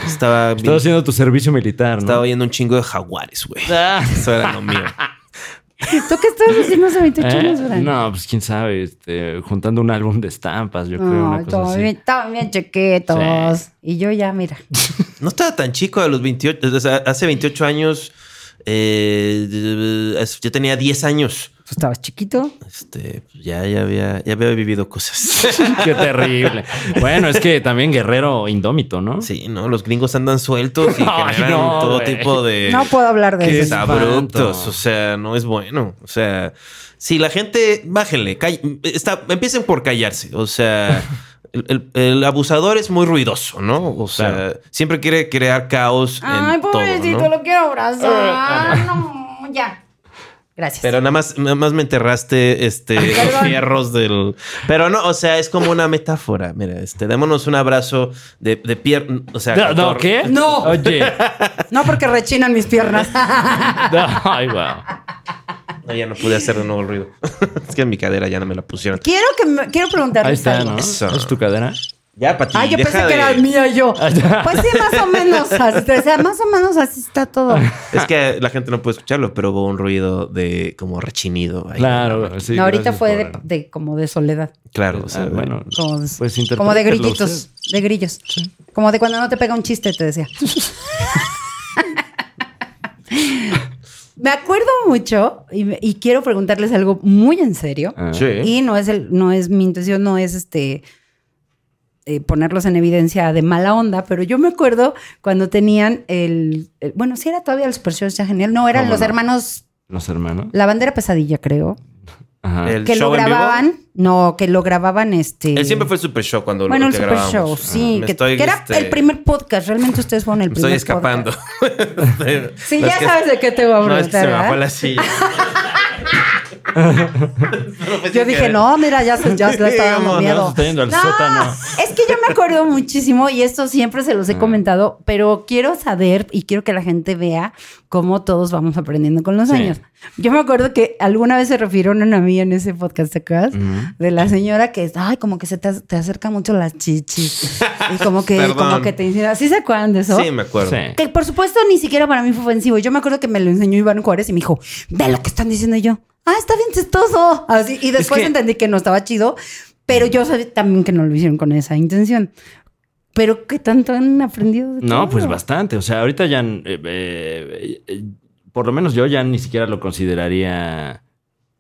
Estaba,
Estabas
bien-
haciendo tu servicio militar,
estaba
¿no?
oyendo un chingo de jaguares, güey. Eso era lo mío.
¿Tú qué estabas haciendo hace 28
¿Eh?
años, Fran?
No, pues quién sabe, este, juntando un álbum de estampas, yo creo, una
Ay,
cosa
estaban
así.
bien- estaban bien chequetos. Y yo ya, mira.
No estaba tan chico a los 28. o sea, hace 28 años. eh, es- yo tenía 10 años.
Tú estabas chiquito.
Este, ya, ya había, ya había vivido cosas.
Qué terrible. Bueno, es que también guerrero indómito, ¿no?
Sí, ¿no? Los gringos andan sueltos y
Ay,
generan
no,
todo
güey.
tipo de.
No puedo hablar de
Qué
eso.
abruptos,
espanto.
o sea, no es bueno. O sea, si la gente, bájenle, call- está, empiecen por callarse. O sea, el, el- el abusador es muy ruidoso, ¿no? O sea,
Claro.
siempre quiere crear caos
Ay,
en todo,
pobrecito,
¿no?
lo quiero
Eh,
abrazar. No, ya. Gracias.
Pero nada más, nada más me enterraste este, los
Perdón.
fierros del. Pero no, o sea, es como una metáfora. Mira, este, démonos un abrazo de, de pierna. O sea,
No, no,
cotor-
¿qué?
No.
Oye.
No porque rechinan mis piernas.
No, ay, wow.
No, ya no pude hacer de nuevo el ruido. es que en mi cadera ya no me la pusieron.
quiero que me- quiero preguntarles
Ahí está,
algo.
¿no?
Eso.
¿Es tu cadena?
Ya, Pati,
Ay, Ah, yo
deja
pensé
de-
que era mía y yo. Pues sí, más o menos. Así, o sea, más o menos así está todo.
Es que la gente no puede escucharlo, pero hubo un ruido de como rechinido. ahí.
Claro, sí.
no, ahorita
gracias
fue de,
por-
de- como de soledad.
Claro, o sea,
Ah, bueno,
Como,
pues
como de
interprételo
grillitos. De grillos. Como de cuando no te pega un chiste, te decía. me acuerdo mucho y, me- y quiero preguntarles algo muy en serio.
Ah.
Sí.
Y no es el, no es mi intención, no es este eh, ponerlos en evidencia de mala onda, pero yo me acuerdo cuando tenían el, el- bueno, si era todavía los Super ya genial, no eran
¿Cómo
los
no?
hermanos
Los hermanos.
La Bandera Pesadilla, creo,
Ajá.
El
que lo
show en vivo.
grababan, no, que lo grababan este
Él siempre fue el super show cuando
bueno,
lo
el
que
Super
grabamos.
Show, sí,
Me
que,
estoy,
que era
este,
el primer podcast. Realmente ustedes fueron el
Me
primer
estoy escapando.
podcast. Sí, ya sabes de qué te voy a
No, es que se
preguntar.
me bajó
¿verdad?
la silla. pues
Yo dije, no, mira, ya, se, ya se le está dando
Vámonos,
miedo.
está yendo al
No,
sótano. Ah.
Es que yo me acuerdo muchísimo y esto siempre se los he comentado, pero quiero saber y quiero que la gente vea cómo todos vamos aprendiendo con los
Sí.
años. Yo me acuerdo que alguna vez se refirieron a mí en ese podcast, ¿te acuerdas?
Mm.
De la señora que, ay, como que se te, te acerca mucho las chichis. Y como que,
Perdón.
como que te insinúa. ¿Sí se acuerdan de eso?
Sí, me acuerdo.
Sí.
Que por supuesto ni siquiera para mí fue ofensivo. Yo me acuerdo que me lo enseñó Iván Juárez y me dijo, ve lo que están diciendo Y yo. Ah, está bien chistoso. Así, y después
que-
entendí que no estaba chido, pero yo sabía también que no lo hicieron con esa intención. Pero ¿qué tanto han aprendido? de
No,
todo?
pues bastante. O sea, ahorita ya. eh, eh, eh, por lo menos yo ya ni siquiera lo consideraría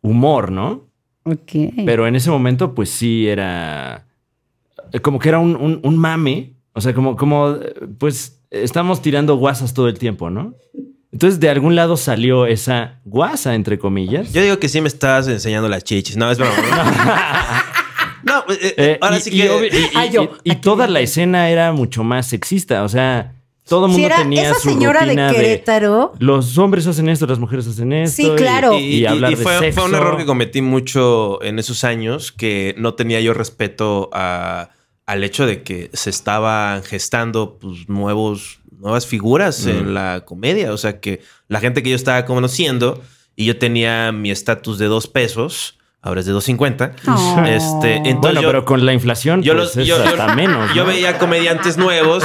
humor, ¿no?
Ok.
Pero en ese momento, pues sí era. eh, Como que era un, un- un mame. O sea, como, como, eh, pues, estamos tirando guasas todo el tiempo, ¿no? Entonces, de algún lado salió esa guasa, entre comillas.
Yo digo que sí me estás enseñando las chichis. No, es broma. No, eh, eh,
Eh,
ahora
y-
sí
y
que.
obvi- y-
Ah,
y-
yo,
y- y
aquí
toda
viene.
la escena era mucho más sexista. O sea, todo el
si
mundo
era
tenía
esa
su
señora de
rutina de-
Querétaro,
los hombres hacen esto, las mujeres hacen esto.
Sí,
y-
claro.
Y,
y, y-
hablar
y fue,
de sexo.
fue un error que cometí mucho en esos años que no tenía yo respeto a- al hecho de que se estaban gestando pues, nuevos, nuevas figuras
Mm.
en la comedia. O sea, que la gente que yo estaba conociendo y yo tenía mi estatus de dos pesos, ahora es de 2.50.
Oh.
Este, entonces
Bueno,
yo-
pero con la inflación,
yo
pues,
los-
es
yo- yo-
hasta menos.
Yo
¿no?
veía comediantes nuevos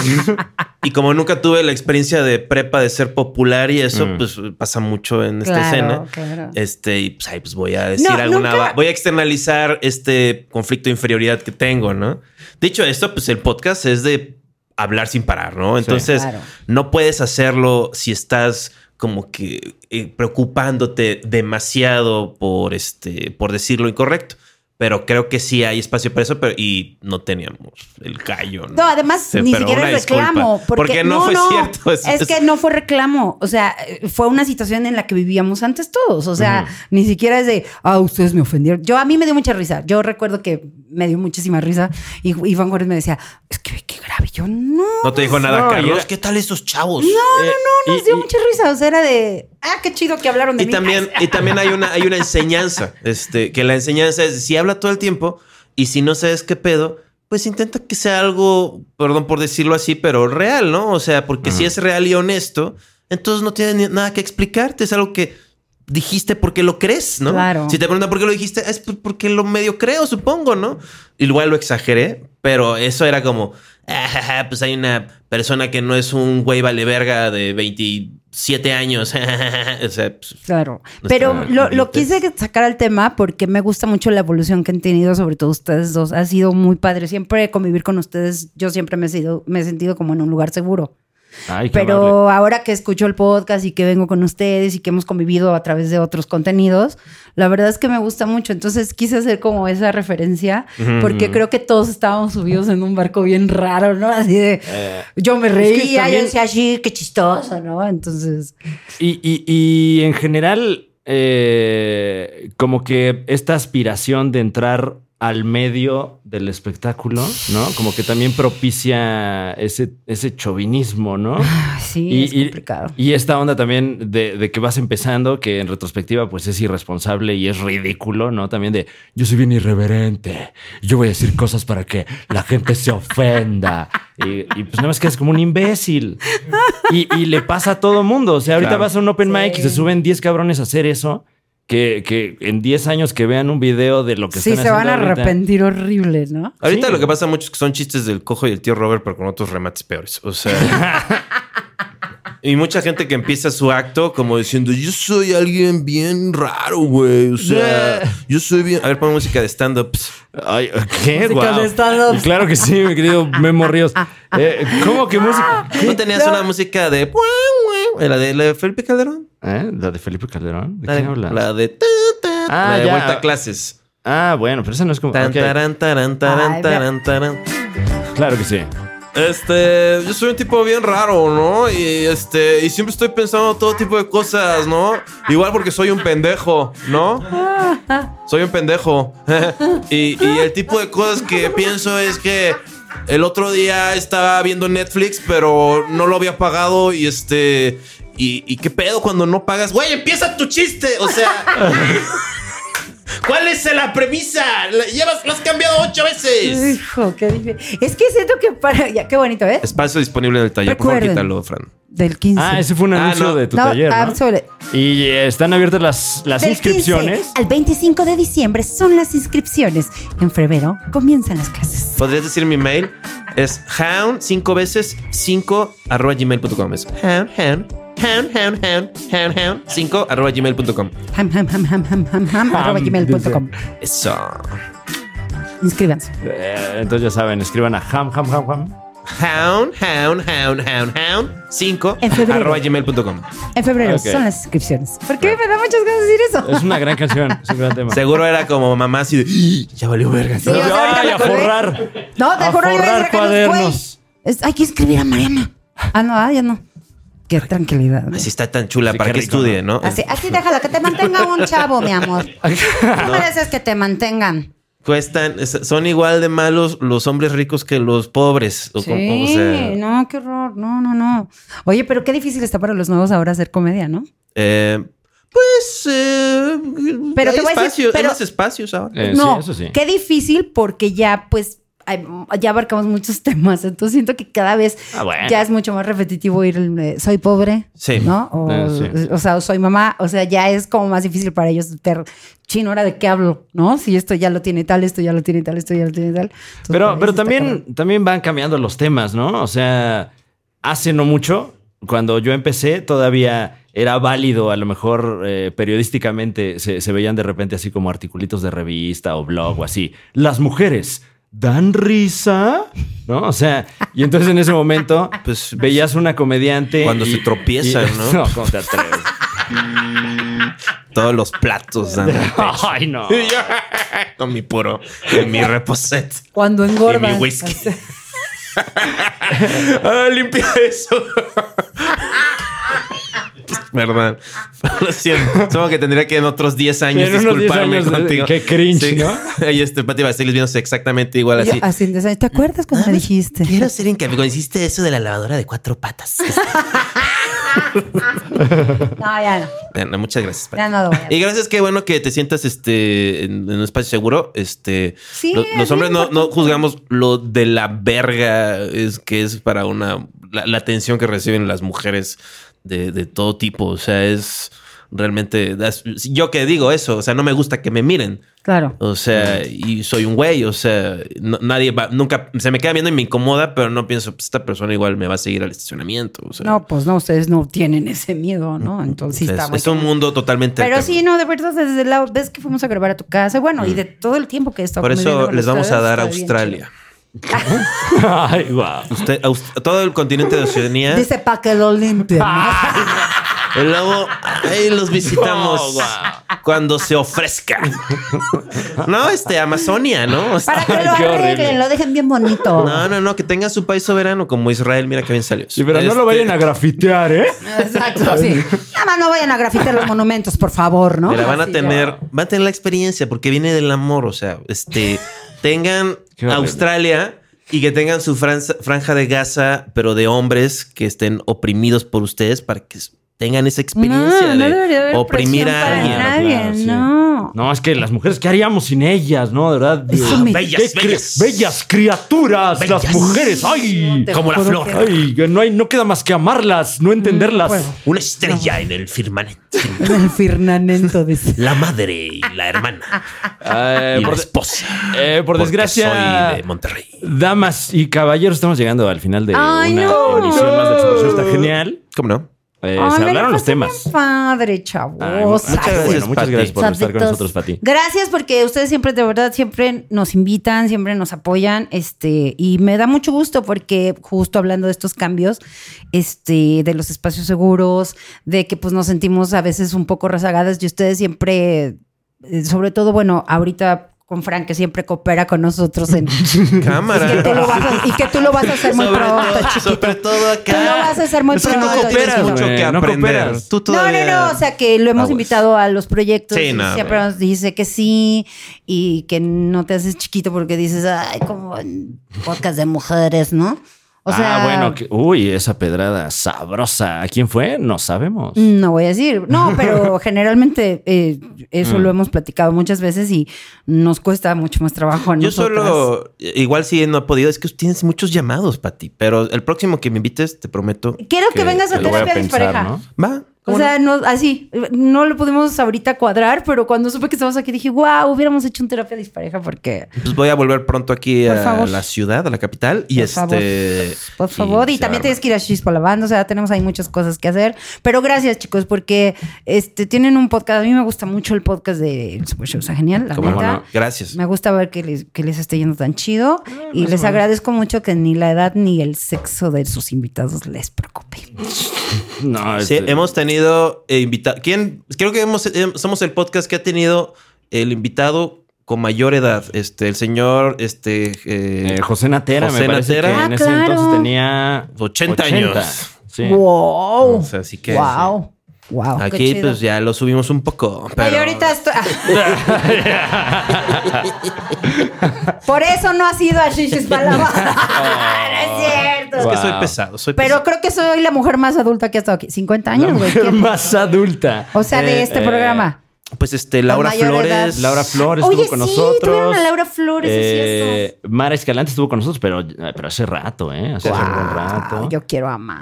y como nunca tuve la experiencia de prepa de ser popular y eso,
Mm.
pues pasa mucho en esta
Claro,
escena.
claro.
Este, y pues ahí pues voy a decir
No,
alguna,
nunca-
va- voy a externalizar este conflicto de inferioridad que tengo, ¿no? Dicho esto, pues el podcast es de hablar sin parar, ¿no? Entonces,
Claro.
no puedes hacerlo si estás como que eh, preocupándote demasiado por este por decir lo incorrecto. Pero creo que sí hay espacio para eso, pero y no teníamos el callo.
No, además
Sí,
ni
pero
siquiera
una
es
disculpa,
reclamo. Porque,
no, fue cierto.
Es, que no fue reclamo. O sea, eh, fue una situación en la que vivíamos antes todos. O sea, ni siquiera es de, ah, ustedes me ofendieron. Yo a mí me dio mucha risa. Yo recuerdo que me dio muchísima risa. Y Ju- Iván Juárez me decía, es que qué grave. Yo no.
No te dijo nada,
No, y
Carlos.
era-
¿Qué tal esos chavos?
Eh,
Nos
y-
dio
y-
mucha risa. O sea, era de, ah, qué chido que hablaron de
y
mí.
también y también hay una hay una enseñanza este que la enseñanza es si habla todo el tiempo y si no sabes qué pedo pues intenta que sea algo perdón por decirlo así pero real no o sea porque si es real y honesto entonces no tienes ni- nada que explicarte es algo que dijiste porque lo crees no
Claro.
si te preguntan por qué lo dijiste es por- porque lo medio creo supongo no igual lo exageré pero eso era como "Ah, ja, ja, pues hay una persona que no es un güey vale verga de 27 años. o sea, pues,
Claro,
Nuestra
pero lo, lo
Lupita.
quise sacar al tema porque me gusta mucho la evolución que han tenido, sobre todo ustedes dos. Ha sido muy padre. Siempre convivir con ustedes, yo siempre me he, sido, me he sentido como en un lugar seguro.
Ay, qué amable.
Pero ahora que escucho el podcast y que vengo con ustedes y que hemos convivido a través de otros contenidos, la verdad es que me gusta mucho. Entonces quise hacer como esa referencia porque creo que todos estábamos subidos en un barco bien raro, ¿no? Así de yo me reía, yo
también-
decía así, qué chistoso, ¿no? Entonces,
Y, y- y en general, eh, como que esta aspiración de entrar al medio del espectáculo, ¿no? Como que también propicia ese, ese chauvinismo, ¿no?
ay, sí,
Y-
es
y-
complicado.
Y, esta onda también de, de que vas empezando, que en retrospectiva pues es irresponsable y es ridículo, ¿no? También de yo soy bien irreverente, yo voy a decir cosas para que la gente se ofenda. Y, y, pues nada más quedas como un imbécil. Y, y le pasa a todo mundo. O sea, ahorita vas a un open
Sí.
mic y se suben 10 cabrones a hacer eso. Que, que en 10 años que vean un video de lo que
Sí,
están
se van a
haciendo ahorita.
arrepentir horrible, ¿no?
Ahorita
Sí.
lo que pasa mucho es que son chistes del cojo y el tío Robert, pero con otros remates peores. O sea. y mucha gente que empieza su acto como diciendo: Yo soy alguien bien raro, güey. O sea, yo soy bien. A ver, pon música de stand-up.
Ay, qué
Música
guau.
de stand-ups.
Claro que sí, mi querido Memo Ríos. Eh, ¿Cómo que música?
¿No tenías una música de. La de, la de Felipe Calderón?
¿Eh? ¿La de Felipe Calderón? ¿De
La
quién
de.
hablas?
La de,
Ah,
la de
ya.
vuelta a clases.
Ah, bueno, pero esa no es como.
Tan,
ok,
taran, taran, taran,
Ay,
taran, taran.
Claro que sí.
Este, yo soy un tipo bien raro, ¿no? Y este, y siempre estoy pensando todo tipo de cosas, ¿no? Igual porque soy un pendejo, ¿no? Soy un pendejo. y, y el tipo de cosas que pienso es que el otro día estaba viendo Netflix, pero no lo había pagado y este. Y, y qué pedo cuando no pagas. Güey, empieza tu chiste. O sea.
esa es la premisa. La- Llevas, lo has cambiado ocho veces.
Hijo, qué difícil. Es que siento que para. Ya, qué bonito, ¿eh?
Espacio disponible en el taller. Por favor,
Recuerden.
quítalo, Fran.
Del 15.
Ah, ese fue un
Ah,
anuncio
no.
de tu
No,
taller.
ah,
¿no?
sobre-
Y eh, están abiertas las, las
del
inscripciones.
15 al 25 de diciembre son las inscripciones. En febrero comienzan las clases.
¿Podrías decir mi mail? Es hound, cinco veces, cinco, arroba gmail.com. Es hound, hound, hound, hound, hound, hound, hound, cinco, arroba gmail.com.
Ham, ham, ham, ham, ham, ham, ham, arroba
Ham,
gmail.com.
Eso.
Inscríbanse.
Eh, entonces ya saben, escriban a ham, ham, ham, ham.
Hound, hound, hound, hound, hound, cinco,
En febrero.
arroba gmail.com.
En febrero
Ok.
son las inscripciones. ¿Por qué me da muchas ganas decir eso?
Es una gran canción, es un gran tema.
Seguro era como mamá así de, "Ih, ya valió verga.
Sí, o sea, ahorita
Ay,
me
a
acordé.
forrar.
No, te
A
juro, yo iba a
forrar
decir que no, güey.
cuadernos.
Es- Hay que escribir a Mariana. Ah, no, ah, ya no. Qué tranquilidad. güey.
Así está tan chula,
Sí,
para
qué
que
rico,
estudie, ¿no?
Así, así déjalo, que te mantenga un chavo, mi amor. Tú mereces que te mantengan.
Cuestan, es- son igual de malos los hombres ricos que los pobres. O
Sí,
como- o sea,
no, qué horror. No, no, no. Oye, pero qué difícil está para los nuevos ahora hacer comedia, ¿no?
eh, pues, eh,
Pero
hay
te voy a decir,
espacios,
pero-
hay más espacios ahora.
Eh,
no,
sí, eso sí.
qué difícil porque ya, pues, hay- ya abarcamos muchos temas. Entonces siento que cada vez
Ah, bueno.
ya es mucho más repetitivo ir el, eh, soy pobre,
Sí.
¿no? O,
Eh, sí.
o sea, o soy mamá. O sea, ya es como más difícil para ellos ter, chino, ¿ahora de qué hablo? ¿No? Si esto ya lo tiene tal, esto ya lo tiene tal, esto ya lo tiene tal. Entonces,
Pero,
por
pero
eso está cabrón.
también, también van cambiando los temas, ¿no? O sea, hace no mucho, cuando yo empecé, todavía era válido, a lo mejor eh, periodísticamente se, se veían de repente así como articulitos de revista o blog o así. Las mujeres dan risa, ¿no? O sea, y entonces en ese momento, pues veías una comediante.
Cuando se tropiezan, ¿no?
No, ¿cómo te atreves?
Todos los platos dan-
Ay, no.
con mi puro, con mi reposet
Cuando
y
engordan.
mi whisky. ah, limpia eso. Verdad. Lo siento. Supongo que tendría que en otros 10 años
En unos 10
disculparme
años de-
contigo.
qué cringe, ¿no?
Ahí este Pati Basilis viéndose exactamente igual
Yo,
así. Ah,
así, o sea, ¿Te acuerdas cuando me ah, dijiste?
Quiero ser incapaz. Cuando hiciste eso de la lavadora de cuatro patas.
No, ya no.
Bueno, muchas gracias, Pati.
Ya no lo voy a
Y gracias, qué bueno que te sientas este, en, en un espacio seguro. Este,
Sí,
lo-
es
los hombres
bien
no, no juzgamos lo de la verga es que es para una la, la atención que reciben las mujeres de, de todo tipo. O sea, es realmente das- yo que digo eso. O sea, no me gusta que me miren.
Claro.
O sea, y soy un güey. O sea, no- nadie va, nunca se me queda viendo y me incomoda, pero no pienso "Pues, esta persona igual me va a seguir al estacionamiento. O sea,
No, pues no, ustedes no tienen ese miedo, ¿no? Entonces sí
es,
está muy
pues, es un
cañón.
mundo totalmente.
Pero
alterno.
sí, no, de verdad, desde la vez que fuimos a grabar a tu casa, bueno, y de todo el tiempo que he estado
Mm. Por
conviviendo
eso
con
les vamos a
ustedes,
dar a
está bien
Australia.
Ay, guau.
Usted- a us- a todo el continente de Oceanía.
chido. Dice "Ah". pa' que lo limpien. ¿no?
Ah, El lobo, ahí los visitamos
Oh, wow.
cuando se ofrezca. No, este, Amazonia, ¿no? O sea,
Para que lo
Qué horrible.
arreglen, lo dejen bien bonito.
no, no, no, que tenga su país soberano como Israel. Mira que bien salió.
Sí, pero no
Este,
lo vayan a grafitear, ¿eh?
Exacto, sí. Nada más no vayan a grafitar los monumentos, por favor, ¿no?
Mira, van a
Así ya.
tener, van a tener la experiencia porque viene del amor. O sea, este, tengan
Qué horrible.
Australia y que tengan su franza- franja de Gaza, pero de hombres que estén oprimidos por ustedes para que s- tengan esa experiencia
No, no debería
de
haber
oprimir
presión
a
para
alguien.
nadie, no.
No, es que las mujeres, ¿qué haríamos sin ellas, no? De verdad.
Eso me-
Bellas,
qué cri-
bellas.
bellas criaturas, las mujeres. Ay,
Te
Como la
juro
flor.
que-
ay, que no, hay, no queda más que amarlas, no entenderlas.
Bueno,
Una estrella en el firmamento.
el firnamento dice.
La madre y la hermana.
Eh,
y la
por,
esposa.
eh, por
Porque
desgracia,
Soy de Monterrey.
damas y caballeros, estamos llegando al final de
Ay,
una
no.
emisión más de Explosión. Está genial.
¿Cómo no?
Eh,
Ay,
se
me la
hablaron los
pasé bien
temas.
Padre,
Ay, mu-
chavos.
muchas gracias,
Bueno,
muchas
Pati.
gracias por estar con
Sabritos.
nosotros, Pati.
Gracias porque ustedes siempre, de verdad, siempre nos invitan, siempre nos apoyan, este, y me da mucho gusto porque justo hablando de estos cambios, este, de los espacios seguros, de que pues nos sentimos a veces un poco rezagadas y ustedes siempre, eh, sobre todo, bueno, ahorita con Frank que siempre coopera con nosotros en
Cámara.
Y que tú lo vas a, y que tú lo vas a hacer muy
Sobre
pronto,
todo-
chiquito.
sobre todo acá.
Tú lo vas a hacer muy
Es que
pronto.
no cooperas
chiquito. Eh,
mucho
güey,
que
no
aprender.
cooperas.
Tú todavía-
No, no, no. O sea, que lo hemos
Aguas.
invitado a los proyectos.
Sí,
y
no,
siempre
güey.
nos dice que sí y que no te haces chiquito porque dices, ay, como en podcast de mujeres, ¿no? O sea,
ah, bueno, que- uy, esa pedrada sabrosa. ¿A quién fue? No sabemos.
No voy a decir, no, pero generalmente eh,
Mm.
eso lo hemos platicado muchas veces y nos cuesta mucho más trabajo. a
Yo
nosotras.
solo, igual si no he podido, es que tienes muchos llamados, Pati, pero el próximo que me invites, te prometo.
Quiero que, vengas a
lo voy a
terapia
pensar,
dispareja.
¿no?
Va.
O
¿cómo
sea, no, así, no lo pudimos ahorita cuadrar, pero cuando supe que estabas aquí dije, wow, hubiéramos hecho un terapia dispareja porque,
no? Pues voy a volver pronto aquí
Por
a
favor.
la ciudad, a la capital. Y
Por
este.
por favor, y,
se
también
arma.
tienes que ir a Chispalabando, o sea, tenemos ahí muchas cosas que hacer. Pero gracias, chicos, porque este tienen un podcast, a mí me gusta mucho el podcast de El Super Show, está genial, la
¿Cómo
neta.
no?
Gracias.
Me gusta ver que les, que les esté yendo tan chido
Ah,
y les agradezco mucho que ni la edad ni el sexo de sus invitados les preocupe.
No,
Sí,
este-
hemos tenido invitado. ¿Quién? Creo que hemos, eh, somos el podcast que ha tenido el invitado con mayor edad. Este, el señor, este. eh,
eh, José Natera,
José
me parece
Natera.
que en
Ah,
ese
claro.
entonces tenía
80 años.
Sí.
¡Wow!
O sea, así que,
¡Wow! ¡Wow! Oh. qué
aquí,
chido.
pues ya lo subimos un poco. Pero
Oye, ahorita estoy... Por eso no has ido a Shishis Palabra.
Oh.
no es cierto.
Es que soy
Wow.
pesado, soy
Pero
pesado.
creo que soy la mujer más adulta que ha estado aquí. 50
La
años, güey.
mujer
¿Quién?
más adulta.
O sea, de este
Eh,
programa.
Pues este, Laura
mayor
Flores.
edad.
Laura Flores
Oye,
estuvo con
sí,
nosotros.
tuvieron a Laura Flores, es
Eh, Mara Escalante estuvo con nosotros, pero, pero hace rato, ¿eh? Hace un buen rato.
Guau, Yo quiero amar.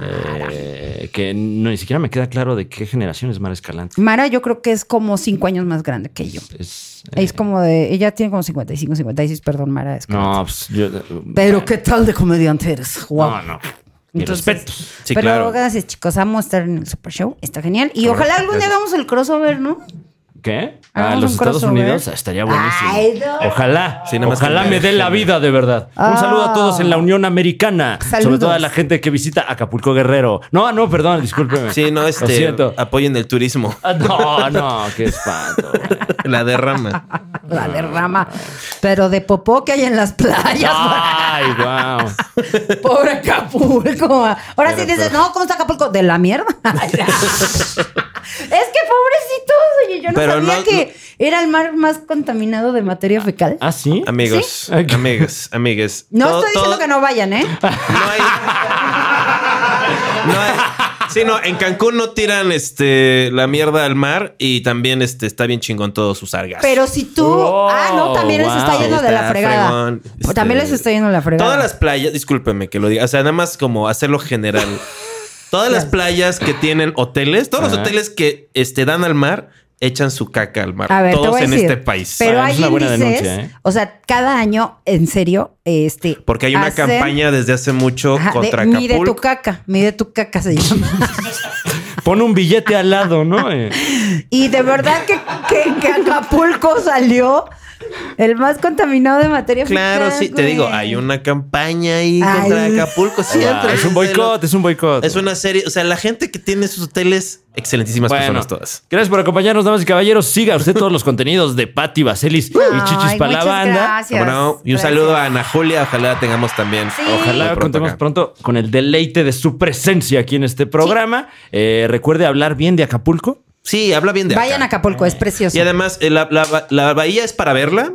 Eh, que no, ni siquiera me queda claro de qué generación es Mara Escalante.
Mara, yo creo que es como cinco años más grande que yo.
Es, eh,
Es como de. Ella tiene como 55, 56, perdón, Mara. Es como-
no, pues yo.
Pero qué tal de comediante eres. Guau.
No, no. Mis
Entonces-
respetos.
Sí,
Pero
claro.
gracias, chicos. Amo estar en el Super Show. Está genial. Y ojalá algún día
gracias.
hagamos el crossover, ¿no?
¿Qué?
Hagamos
¿A los
un
Estados
crossover.
Unidos? Ah, Estaría buenísimo.
Ay, no.
Ojalá.
Sí, nada más
ojalá
que
me
me
dé la
dejen.
vida de verdad.
Ah.
Un saludo a todos en la Unión Americana. Sobre
Saludos.
todo a la gente que visita Acapulco Guerrero. No, no, perdón, discúlpeme.
Sí, no,
Lo
este.
siento.
Apoyen el turismo.
Ah, No, no, qué espanto.
La derrama.
La derrama. Pero de popó que hay en las playas.
Ah.
Ay, wow.
Pobre Acapulco. Ahora sí
Pero,
dices,
pero-
no, ¿cómo está Acapulco? De la mierda. es que pobrecitos, oye, yo no
Pero
sabía
no-
que era el mar más contaminado de materia fecal.
¿Ah, sí?
Amigos,
Ok.
amigos, amigues.
no
Todo-
estoy diciendo
todo-
que no vayan, ¿eh?
No hay. No hay. Sí, no, en Cancún no tiran este la mierda al mar y también este está bien chingón todos sus sargas.
Pero si tú.
Oh,
ah, no, también les está
wow.
yendo de la
Está
fregada.
fregón, este-
También les está yendo de la fregada.
todas las playas, discúlpeme que lo diga, o sea, nada más como hacerlo general. Todas las playas que tienen hoteles, todos los
Ajá.
hoteles que este dan al mar echan su caca al mar.
A ver, te
todos
voy a
en
decir,
este país.
Pero
Ah,
hay
es una buena
índices,
denuncia, ¿eh?
o sea, cada año, en serio, este.
Porque hay una
hacen-
campaña desde hace mucho
Ajá, de-
contra
mide tu
Acapulco.
caca, mide tu caca se llama.
Pon un billete al lado, ¿no? Eh,
Y de verdad que, que- que Acapulco salió el más contaminado de materia
Claro,
fecal,
sí, te
güey.
digo, hay una campaña ahí
Ay.
contra Acapulco. Sí,
wow. Es un boicot, es un boicot.
Es una serie, o sea, la gente que tiene sus hoteles, excelentísimas personas todas.
Gracias por acompañarnos, damas y caballeros. Siga usted todos los contenidos de Patti Vaselis y
Ay,
Chichis para la
muchas
banda.
gracias,
Bueno, y un
gracias.
saludo a Ana Julia, ojalá tengamos también.
Sí.
Ojalá
Muy pronto
contemos
acá.
pronto con el deleite de su presencia aquí en este programa. Eh, recuerde hablar bien de Acapulco.
Sí, habla bien de
Vayan a
acá.
Acapulco, es precioso.
Y además, eh, la, la- la bahía es para verla.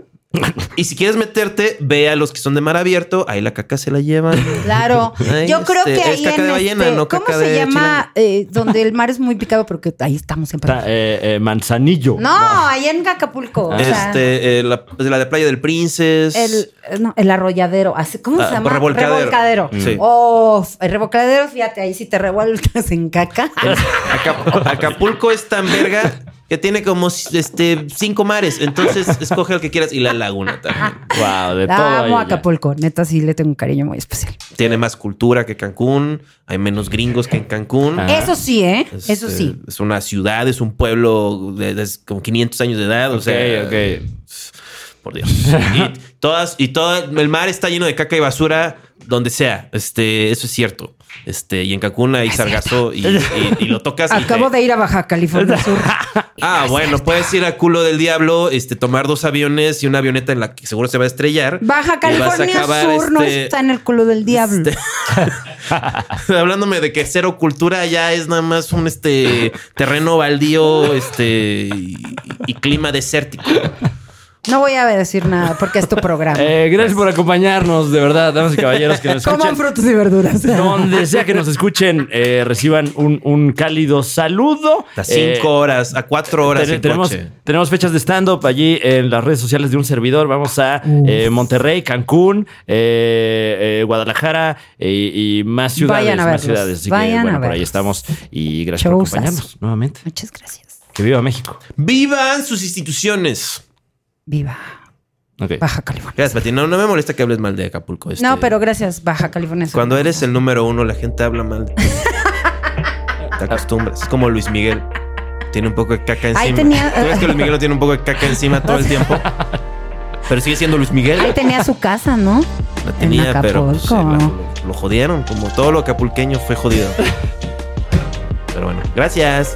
Y si quieres meterte, ve a los que son de mar abierto. Ahí la caca se la llevan.
Claro,
Ay,
yo creo
este,
que
es
ahí
caca
en
de ballena,
este-
no
¿cómo
caca
se
de
llama? Eh, donde el mar es muy picado, porque ahí estamos en
Ta-
Acapulco.
eh, eh, Manzanillo.
No, allá en Acapulco. o sea,
Este, eh, la, la de Playa del Princes.
el, eh, no, el arrolladero, así- ¿cómo
Ah,
se llama?
revolcadero. Mm.
Revolcadero.
Sí.
Oh, el revolcadero, fíjate, ahí si te revuelcas en caca.
Acap- Acapulco es tan verga que tiene como este cinco mares. Entonces, escoge el que quieras. Y la laguna también.
Wow, de todo. ahí
Amo
ya.
Acapulco, neta sí le tengo un cariño muy especial.
Tiene más cultura que Cancún. Hay menos gringos que en Cancún.
Ajá.
Eso sí, ¿eh?
Es,
Eso
eh,
sí.
Es una ciudad, es un pueblo de, de como 500 años de edad. O
Ok, Eh,
sea,
ok.
por Dios. Y todas y todo el mar está lleno de caca y basura donde sea. Este, eso es cierto. Este, y en Cancún hay sargazo y, y- y lo tocas. y
Ah, Acabo
te-
de ir a Baja California Sur.
Ah, bueno, puedes ir a culo del diablo, este, tomar dos aviones y una avioneta en la que seguro se va a estrellar.
Baja
y vas a
California
acabar,
Sur no
este,
está en el culo del diablo.
Hablándome de que cero cultura ya es nada más un este terreno baldío este y, y clima desértico.
No voy a decir nada porque es tu programa.
Eh, gracias por acompañarnos, de verdad, damas y caballeros que nos
Coman
escuchan.
frutas y verduras.
Donde sea que nos escuchen, eh, reciban un, un cálido saludo.
A cinco
Eh,
horas, a cuatro horas.
ten-
en
tenemos,
coche.
tenemos fechas de stand-up allí en las redes sociales de un servidor. Vamos a eh, Monterrey, Cancún, eh, eh, Guadalajara eh, y más ciudades.
Vayan a
más
verlos.
ciudades. Así que,
Vayan a
bueno, por ahí
verlos.
estamos. Y gracias por
Showzazo.
acompañarnos nuevamente.
Muchas gracias.
Que viva México.
¡Vivan sus instituciones!
Viva
Ok.
Baja California.
Gracias, Pati. No, no me molesta que hables mal de Acapulco. este,
No, pero gracias, Baja California. Sur.
Cuando eres el número uno, la gente habla mal de ti. Te acostumbras. Es como Luis Miguel. Tiene un poco de caca encima.
Ahí tenía-
¿Tú ves que Luis Miguel no tiene un poco de caca encima todo el tiempo? Pero sigue siendo Luis Miguel.
Ahí tenía su casa, ¿no?
La tenía,
en
pero pues,
Acapulco.
la- lo, lo jodieron. Como todo lo acapulqueño fue jodido. Pero bueno, gracias.